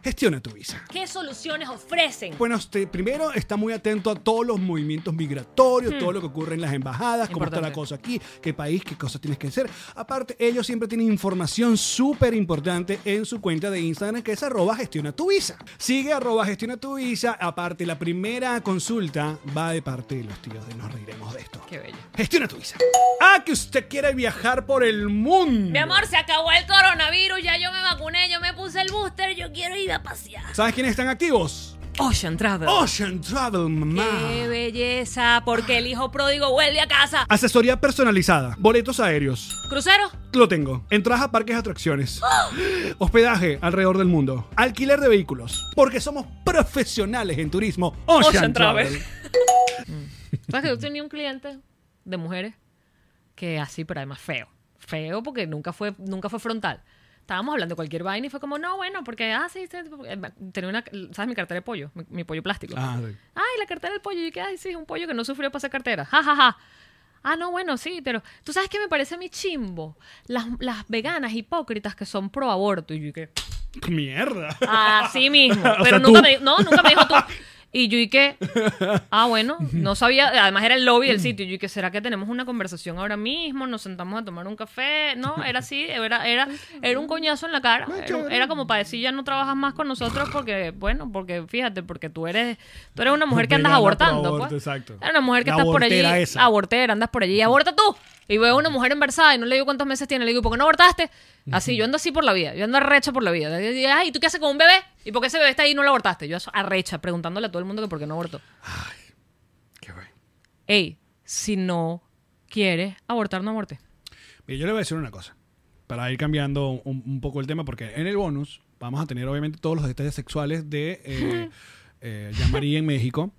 [SPEAKER 1] gestiona tu visa.
[SPEAKER 2] ¿Qué soluciones ofrecen?
[SPEAKER 1] Bueno, usted primero está muy atento a todos los movimientos migratorios, todo lo que ocurre en las embajadas, cómo está la
[SPEAKER 2] Importante.
[SPEAKER 1] cosa aquí, qué país, qué cosas tienes que hacer. Aparte, ellos siempre tienen información súper importante en su cuenta de Instagram que es arroba gestiona tu visa. Sigue arroba gestiona tu visa. Aparte, la primera consulta va de parte de los tíos de Nos Reiremos de esto.
[SPEAKER 2] Qué bello.
[SPEAKER 1] Gestiona tu visa. Ah, que usted quiere viajar por el mundo.
[SPEAKER 2] Mi amor, se acabó el coronavirus, ya yo me vacuné, yo me puse el booster, yo quiero ir a pasear.
[SPEAKER 1] ¿Sabes quiénes están activos?
[SPEAKER 2] Ocean Travel.
[SPEAKER 1] Ocean Travel, mamá.
[SPEAKER 2] ¡Qué belleza! Porque el hijo pródigo vuelve a casa.
[SPEAKER 1] Asesoría personalizada. Boletos aéreos.
[SPEAKER 2] ¿Crucero?
[SPEAKER 1] Lo tengo. Entradas a parques y atracciones. Hospedaje alrededor del mundo. Alquiler de vehículos. Porque somos profesionales en turismo. Ocean,
[SPEAKER 2] Ocean
[SPEAKER 1] Travel.
[SPEAKER 2] Travel. ¿Sabes que yo tenía un cliente de mujeres que así, pero además feo? Feo porque nunca fue, nunca fue frontal. Estábamos hablando de cualquier vaina y fue como, no, bueno, porque, ah, sí, sí, eh, tenía una, ¿sabes mi cartera de pollo? Mi, mi pollo plástico.
[SPEAKER 1] Ah, sí.
[SPEAKER 2] Ay, la cartera del pollo. Yo que, ay, sí, es un pollo que no sufrió para esa cartera. Ja, ja, ja. Ah, no, bueno, sí, pero tú sabes que me parece mi chimbo. Las, las veganas hipócritas que son pro aborto. Y yo que,
[SPEAKER 1] Mierda.
[SPEAKER 2] Ah. Así mismo.
[SPEAKER 1] O sea,
[SPEAKER 2] Pero nunca
[SPEAKER 1] tú.
[SPEAKER 2] me, no, nunca me dijo tú. Y yo y que, ah, bueno, no sabía, además era el lobby del sitio. Y yo y que, ¿será que tenemos una conversación ahora mismo? Nos sentamos a tomar un café. No, era así, era, era, era un coñazo en la cara. Era, un- era como para decir, ya no trabajas más con nosotros porque, bueno, porque fíjate, porque tú eres, tú eres una mujer que andas
[SPEAKER 1] Vegana pro
[SPEAKER 2] abortando.
[SPEAKER 1] aborto,
[SPEAKER 2] pues.
[SPEAKER 1] exacto.
[SPEAKER 2] Era una mujer que
[SPEAKER 1] La
[SPEAKER 2] estás por allí,
[SPEAKER 1] abortera esa.
[SPEAKER 2] abortera, andas por allí, aborta tú. Y veo a una mujer embarazada y no le digo cuántos meses tiene, le digo, ¿por qué no abortaste? Así, yo ando así por la vida, yo ando arrecha por la vida. Y, Ay, ¿y ¿tú qué haces con un bebé? ¿Y por qué ese bebé está ahí y no lo abortaste? Yo eso, arrecha, preguntándole a todo el mundo que por qué no abortó.
[SPEAKER 1] Qué bueno.
[SPEAKER 2] Ey, si no quieres abortar, no abortes.
[SPEAKER 1] Mira, yo le voy a decir una cosa. Para ir cambiando un, un poco el tema, porque en el bonus vamos a tener obviamente todos los detalles sexuales de eh, eh, Jean-Marie en México.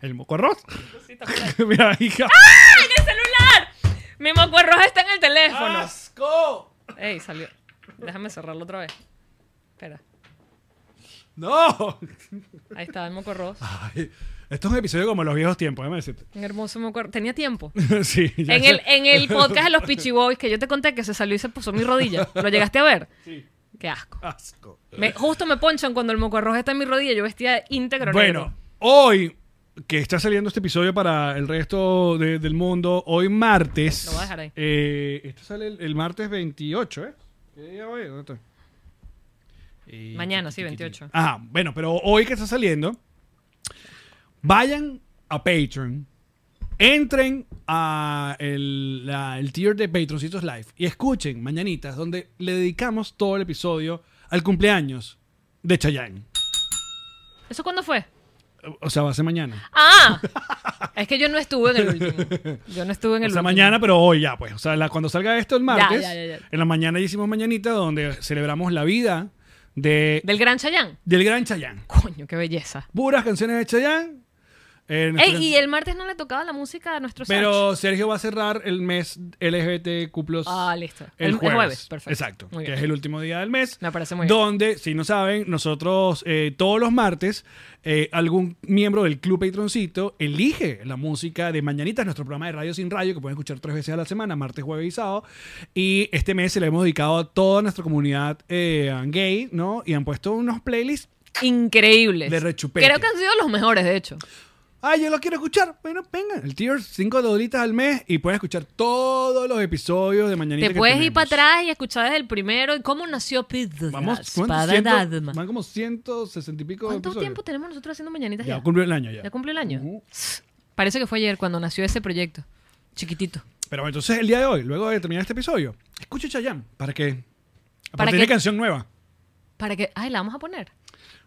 [SPEAKER 1] El mocorros. Mira, hija.
[SPEAKER 2] ¡Ay, el celular! Mi moco roja está en el teléfono.
[SPEAKER 1] Ah. ¡Asco!
[SPEAKER 2] Ey, salió. Déjame cerrarlo otra vez. Espera.
[SPEAKER 1] ¡No!
[SPEAKER 2] Ahí está, el mocorros.
[SPEAKER 1] Ay, esto es un episodio como los viejos tiempos, déjame decirte.
[SPEAKER 2] Un hermoso mocorros. Tenía tiempo.
[SPEAKER 1] sí, ya
[SPEAKER 2] En
[SPEAKER 1] sé.
[SPEAKER 2] el, en el podcast de los Peachy Boys que yo te conté que se salió y se puso mi rodilla. ¿Lo llegaste a ver?
[SPEAKER 1] Sí.
[SPEAKER 2] Qué asco.
[SPEAKER 1] Asco.
[SPEAKER 2] Me- justo me ponchan cuando el mocorros está en mi rodilla. Yo vestía íntegro negro.
[SPEAKER 1] Bueno, hoy que está saliendo este episodio para el resto de- del mundo, hoy martes.
[SPEAKER 2] Lo voy a dejar ahí.
[SPEAKER 1] eh, esto sale el, el martes 28, ¿eh? ¿Qué día hoy? ¿Dónde estoy? Eh,
[SPEAKER 2] Mañana,
[SPEAKER 1] tiqui,
[SPEAKER 2] sí,
[SPEAKER 1] tiqui, tiqui.
[SPEAKER 2] 28.
[SPEAKER 1] Ah, bueno, pero hoy que está saliendo, vayan a Patreon, entren a el, la- el tier de Patroncitos Live y escuchen Mañanitas, donde le dedicamos todo el episodio al cumpleaños de Chayanne.
[SPEAKER 2] ¿Eso cuándo fue?
[SPEAKER 1] O- O sea, va a ser mañana.
[SPEAKER 2] ¡Ah! es que yo no estuve en el último. Yo no estuve en el
[SPEAKER 1] O sea,
[SPEAKER 2] último.
[SPEAKER 1] mañana, pero hoy ya, pues. O sea, la- cuando salga esto el martes,
[SPEAKER 2] ya, ya, ya.
[SPEAKER 1] en la mañana ya hicimos Mañanita, donde celebramos la vida de,
[SPEAKER 2] Del Gran Chayán.
[SPEAKER 1] del gran Chayanne.
[SPEAKER 2] Coño, qué belleza.
[SPEAKER 1] Puras canciones de Chayanne. Eh,
[SPEAKER 2] Ey,
[SPEAKER 1] nuestra-
[SPEAKER 2] y el martes no le tocaba la música a nuestro Sarge.
[SPEAKER 1] Pero Sergio va a cerrar el mes LGBTQ+.
[SPEAKER 2] Ah, listo.
[SPEAKER 1] El,
[SPEAKER 2] El- el
[SPEAKER 1] jueves.
[SPEAKER 2] jueves, perfecto.
[SPEAKER 1] Exacto.
[SPEAKER 2] Muy
[SPEAKER 1] que
[SPEAKER 2] bien.
[SPEAKER 1] es el último día del mes.
[SPEAKER 2] Me parece muy bien.
[SPEAKER 1] donde, si no saben, nosotros eh, todos los martes, eh, algún miembro del Club Patroncito elige la música de Mañanitas, nuestro programa de radio sin radio, que pueden escuchar tres veces a la semana, martes, jueves y sábado. Y este mes se le hemos dedicado a toda nuestra comunidad eh, gay, ¿no? Y han puesto unos playlists.
[SPEAKER 2] Increíbles.
[SPEAKER 1] De rechupete.
[SPEAKER 2] Creo que han sido los mejores, de hecho.
[SPEAKER 1] Ah, yo lo quiero escuchar. Bueno, venga, el tier 5 dolitas al mes y pueden escuchar todos los episodios de Mañanitas.
[SPEAKER 2] Te
[SPEAKER 1] que
[SPEAKER 2] puedes ir
[SPEAKER 1] tenemos.
[SPEAKER 2] para atrás y escuchar desde el primero y cómo nació Pizza.
[SPEAKER 1] Vamos, ¿cuántos?
[SPEAKER 2] Espada
[SPEAKER 1] Ciento-
[SPEAKER 2] Dadma.
[SPEAKER 1] van como 160 y pico
[SPEAKER 2] ¿Cuánto
[SPEAKER 1] episodios.
[SPEAKER 2] tiempo tenemos nosotros haciendo mañanitas ya?
[SPEAKER 1] Ya Uh. cumplió el año ya.
[SPEAKER 2] ¿Ya cumplió el año?
[SPEAKER 1] Ujú.
[SPEAKER 2] Parece que fue ayer cuando nació ese proyecto. Chiquitito.
[SPEAKER 1] Pero bueno, entonces el día de hoy, luego de terminar este episodio, escuche Chayanne para que
[SPEAKER 2] Para
[SPEAKER 1] para tiene
[SPEAKER 2] que-
[SPEAKER 1] canción nueva.
[SPEAKER 2] Para que. Ay, la vamos a poner.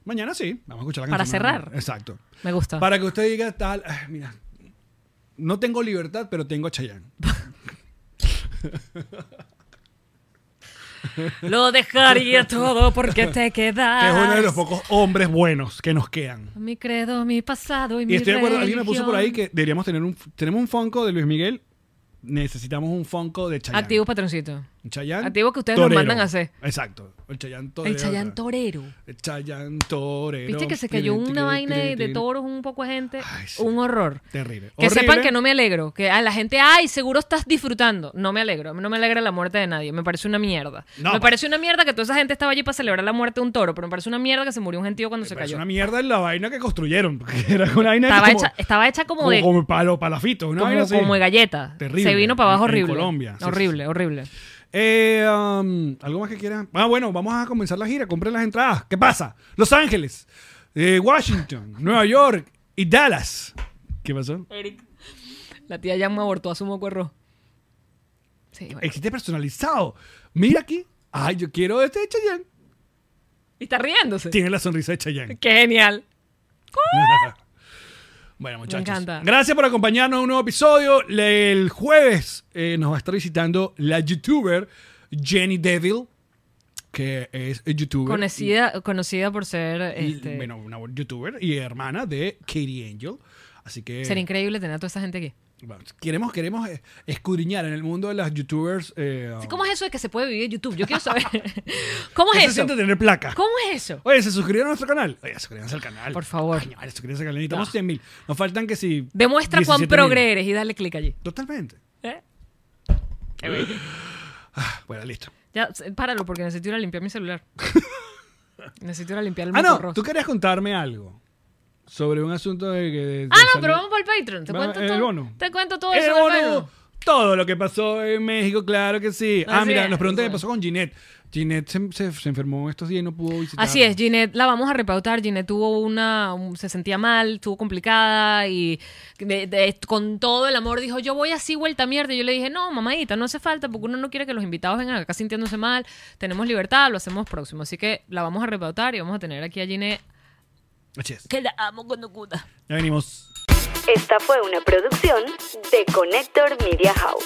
[SPEAKER 1] Mañana sí, vamos a escuchar la
[SPEAKER 2] Para
[SPEAKER 1] canción.
[SPEAKER 2] cerrar. Ah.
[SPEAKER 1] nueva. Exacto.
[SPEAKER 2] Me gusta.
[SPEAKER 1] Para que usted diga tal, ah, mira, no tengo libertad, pero tengo a Chayanne.
[SPEAKER 2] Lo dejaría todo porque te
[SPEAKER 1] Que es
[SPEAKER 2] quedas.
[SPEAKER 1] uno de los pocos hombres buenos que nos quedan.
[SPEAKER 2] Mi credo, mi pasado y, mi
[SPEAKER 1] Y estoy de acuerdo, alguien me puso
[SPEAKER 2] religión.
[SPEAKER 1] por ahí que deberíamos tener un tenemos un Funko de Luis Miguel, necesitamos un Funko de Chayanne.
[SPEAKER 2] Activo patroncito.
[SPEAKER 1] Un Chayanne.
[SPEAKER 2] activo que ustedes nos
[SPEAKER 1] torero.
[SPEAKER 2] mandan a hacer.
[SPEAKER 1] Exacto, el Chayanne torero.
[SPEAKER 2] El Chayán Torero.
[SPEAKER 1] El Chayanne torero.
[SPEAKER 2] Viste que se cayó
[SPEAKER 1] Tiri,
[SPEAKER 2] una
[SPEAKER 1] tiri,
[SPEAKER 2] vaina
[SPEAKER 1] tiri,
[SPEAKER 2] de, de
[SPEAKER 1] tiri.
[SPEAKER 2] toros, un poco de gente.
[SPEAKER 1] Ay, sí.
[SPEAKER 2] Un horror.
[SPEAKER 1] Terrible.
[SPEAKER 2] Que
[SPEAKER 1] Horrible.
[SPEAKER 2] sepan que no me alegro. Que a la gente, ay, seguro estás disfrutando. No me alegro. A mí No me alegra la muerte de nadie. Me parece una mierda.
[SPEAKER 1] No,
[SPEAKER 2] me
[SPEAKER 1] pa-
[SPEAKER 2] parece una mierda que toda esa gente estaba allí para celebrar la muerte de un toro. Pero me parece una mierda que se murió un gentío cuando se
[SPEAKER 1] Pero Es
[SPEAKER 2] cayó.
[SPEAKER 1] una mierda la vaina que construyeron. Porque era una vaina
[SPEAKER 2] Estaba,
[SPEAKER 1] como,
[SPEAKER 2] hecha, estaba hecha como,
[SPEAKER 1] como,
[SPEAKER 2] de.
[SPEAKER 1] como palo, palafitos. Una
[SPEAKER 2] Como,
[SPEAKER 1] vaina así.
[SPEAKER 2] como de galleta.
[SPEAKER 1] Terrible.
[SPEAKER 2] Se vino para abajo
[SPEAKER 1] En- en
[SPEAKER 2] horrible.
[SPEAKER 1] Colombia. Sí, sí,
[SPEAKER 2] Horrible, horrible.
[SPEAKER 1] Eh, um, ¿Algo más que quieran? Ah, bueno, vamos a comenzar la gira. Compren las entradas. ¿Qué pasa? Los Ángeles, eh, Washington, Nueva York y Dallas. ¿Qué pasó?
[SPEAKER 2] La tía ya me abortó a su moco de arroz. Sí, bueno.
[SPEAKER 1] Existe personalizado. Mira aquí. Ay, yo quiero este de Chayanne.
[SPEAKER 2] Y está riéndose.
[SPEAKER 1] Tiene la sonrisa de Chayanne.
[SPEAKER 2] Qué genial.
[SPEAKER 1] Bueno, muchachos.
[SPEAKER 2] encanta.
[SPEAKER 1] Gracias por acompañarnos en un nuevo episodio. Le- El jueves eh, nos va a estar visitando la youtuber Jenny Devil, que es eh, youtuber.
[SPEAKER 2] Conocida, conocida por ser.
[SPEAKER 1] y-
[SPEAKER 2] este,
[SPEAKER 1] bueno, una youtuber y hermana de Katie Angel. Así que
[SPEAKER 2] Sería increíble tener a toda esa gente aquí.
[SPEAKER 1] bueno, queremos, queremos eh, escudriñar en el mundo de las youtubers. eh,
[SPEAKER 2] Sí, ¿Cómo es eso de que se puede vivir en YouTube? Yo quiero saber. ¿Cómo
[SPEAKER 1] ¿qué
[SPEAKER 2] es
[SPEAKER 1] se
[SPEAKER 2] eso?
[SPEAKER 1] siente tener placa?
[SPEAKER 2] ¿Cómo es eso?
[SPEAKER 1] Oye, ¿se suscribieron a nuestro canal? Oye, suscríbanse al canal.
[SPEAKER 2] Por favor.
[SPEAKER 1] Coño, vale, suscríbanse al canal. Necesitamos
[SPEAKER 2] No.
[SPEAKER 1] 100 mil. Nos faltan que si...
[SPEAKER 2] Demuestra cuán
[SPEAKER 1] 17.000.
[SPEAKER 2] progre eres y dale clic allí.
[SPEAKER 1] Totalmente.
[SPEAKER 2] ¿Eh?
[SPEAKER 1] Ah, Bueno, listo.
[SPEAKER 2] Ya, s- páralo porque necesito ir a limpiar mi celular. necesito ir a limpiar el
[SPEAKER 1] Ah, no,
[SPEAKER 2] mocorro.
[SPEAKER 1] tú querías contarme algo sobre un asunto de que. de- de
[SPEAKER 2] Ah, no,
[SPEAKER 1] salud.
[SPEAKER 2] pero vamos para el Patreon. Te
[SPEAKER 1] Vamos,
[SPEAKER 2] cuento
[SPEAKER 1] eh, el
[SPEAKER 2] todo.
[SPEAKER 1] bono.
[SPEAKER 2] Te cuento todo
[SPEAKER 1] El
[SPEAKER 2] eso del
[SPEAKER 1] bono,
[SPEAKER 2] Patreon.
[SPEAKER 1] Todo lo que pasó en México, claro que sí. ah,
[SPEAKER 2] Así
[SPEAKER 1] mira,
[SPEAKER 2] es,
[SPEAKER 1] nos preguntan
[SPEAKER 2] así
[SPEAKER 1] qué
[SPEAKER 2] es.
[SPEAKER 1] pasó con Ginette. Ginette se, se- se enfermó estos días y no pudo visitar.
[SPEAKER 2] Así es, Ginette la vamos a repautar. Ginette tuvo una. un- se sentía mal, estuvo complicada y de- de- con todo el amor dijo: Yo voy así, vuelta mierda. Y yo le dije: No, mamadita, no hace falta porque uno no quiere que los invitados vengan acá sintiéndose mal. Tenemos libertad, lo hacemos próximo. Así que la vamos a repautar y vamos a tener aquí a Ginette,
[SPEAKER 1] Así es.
[SPEAKER 2] que la amo con locura.
[SPEAKER 1] Ya venimos.
[SPEAKER 3] Esta fue una producción de Connector Media House.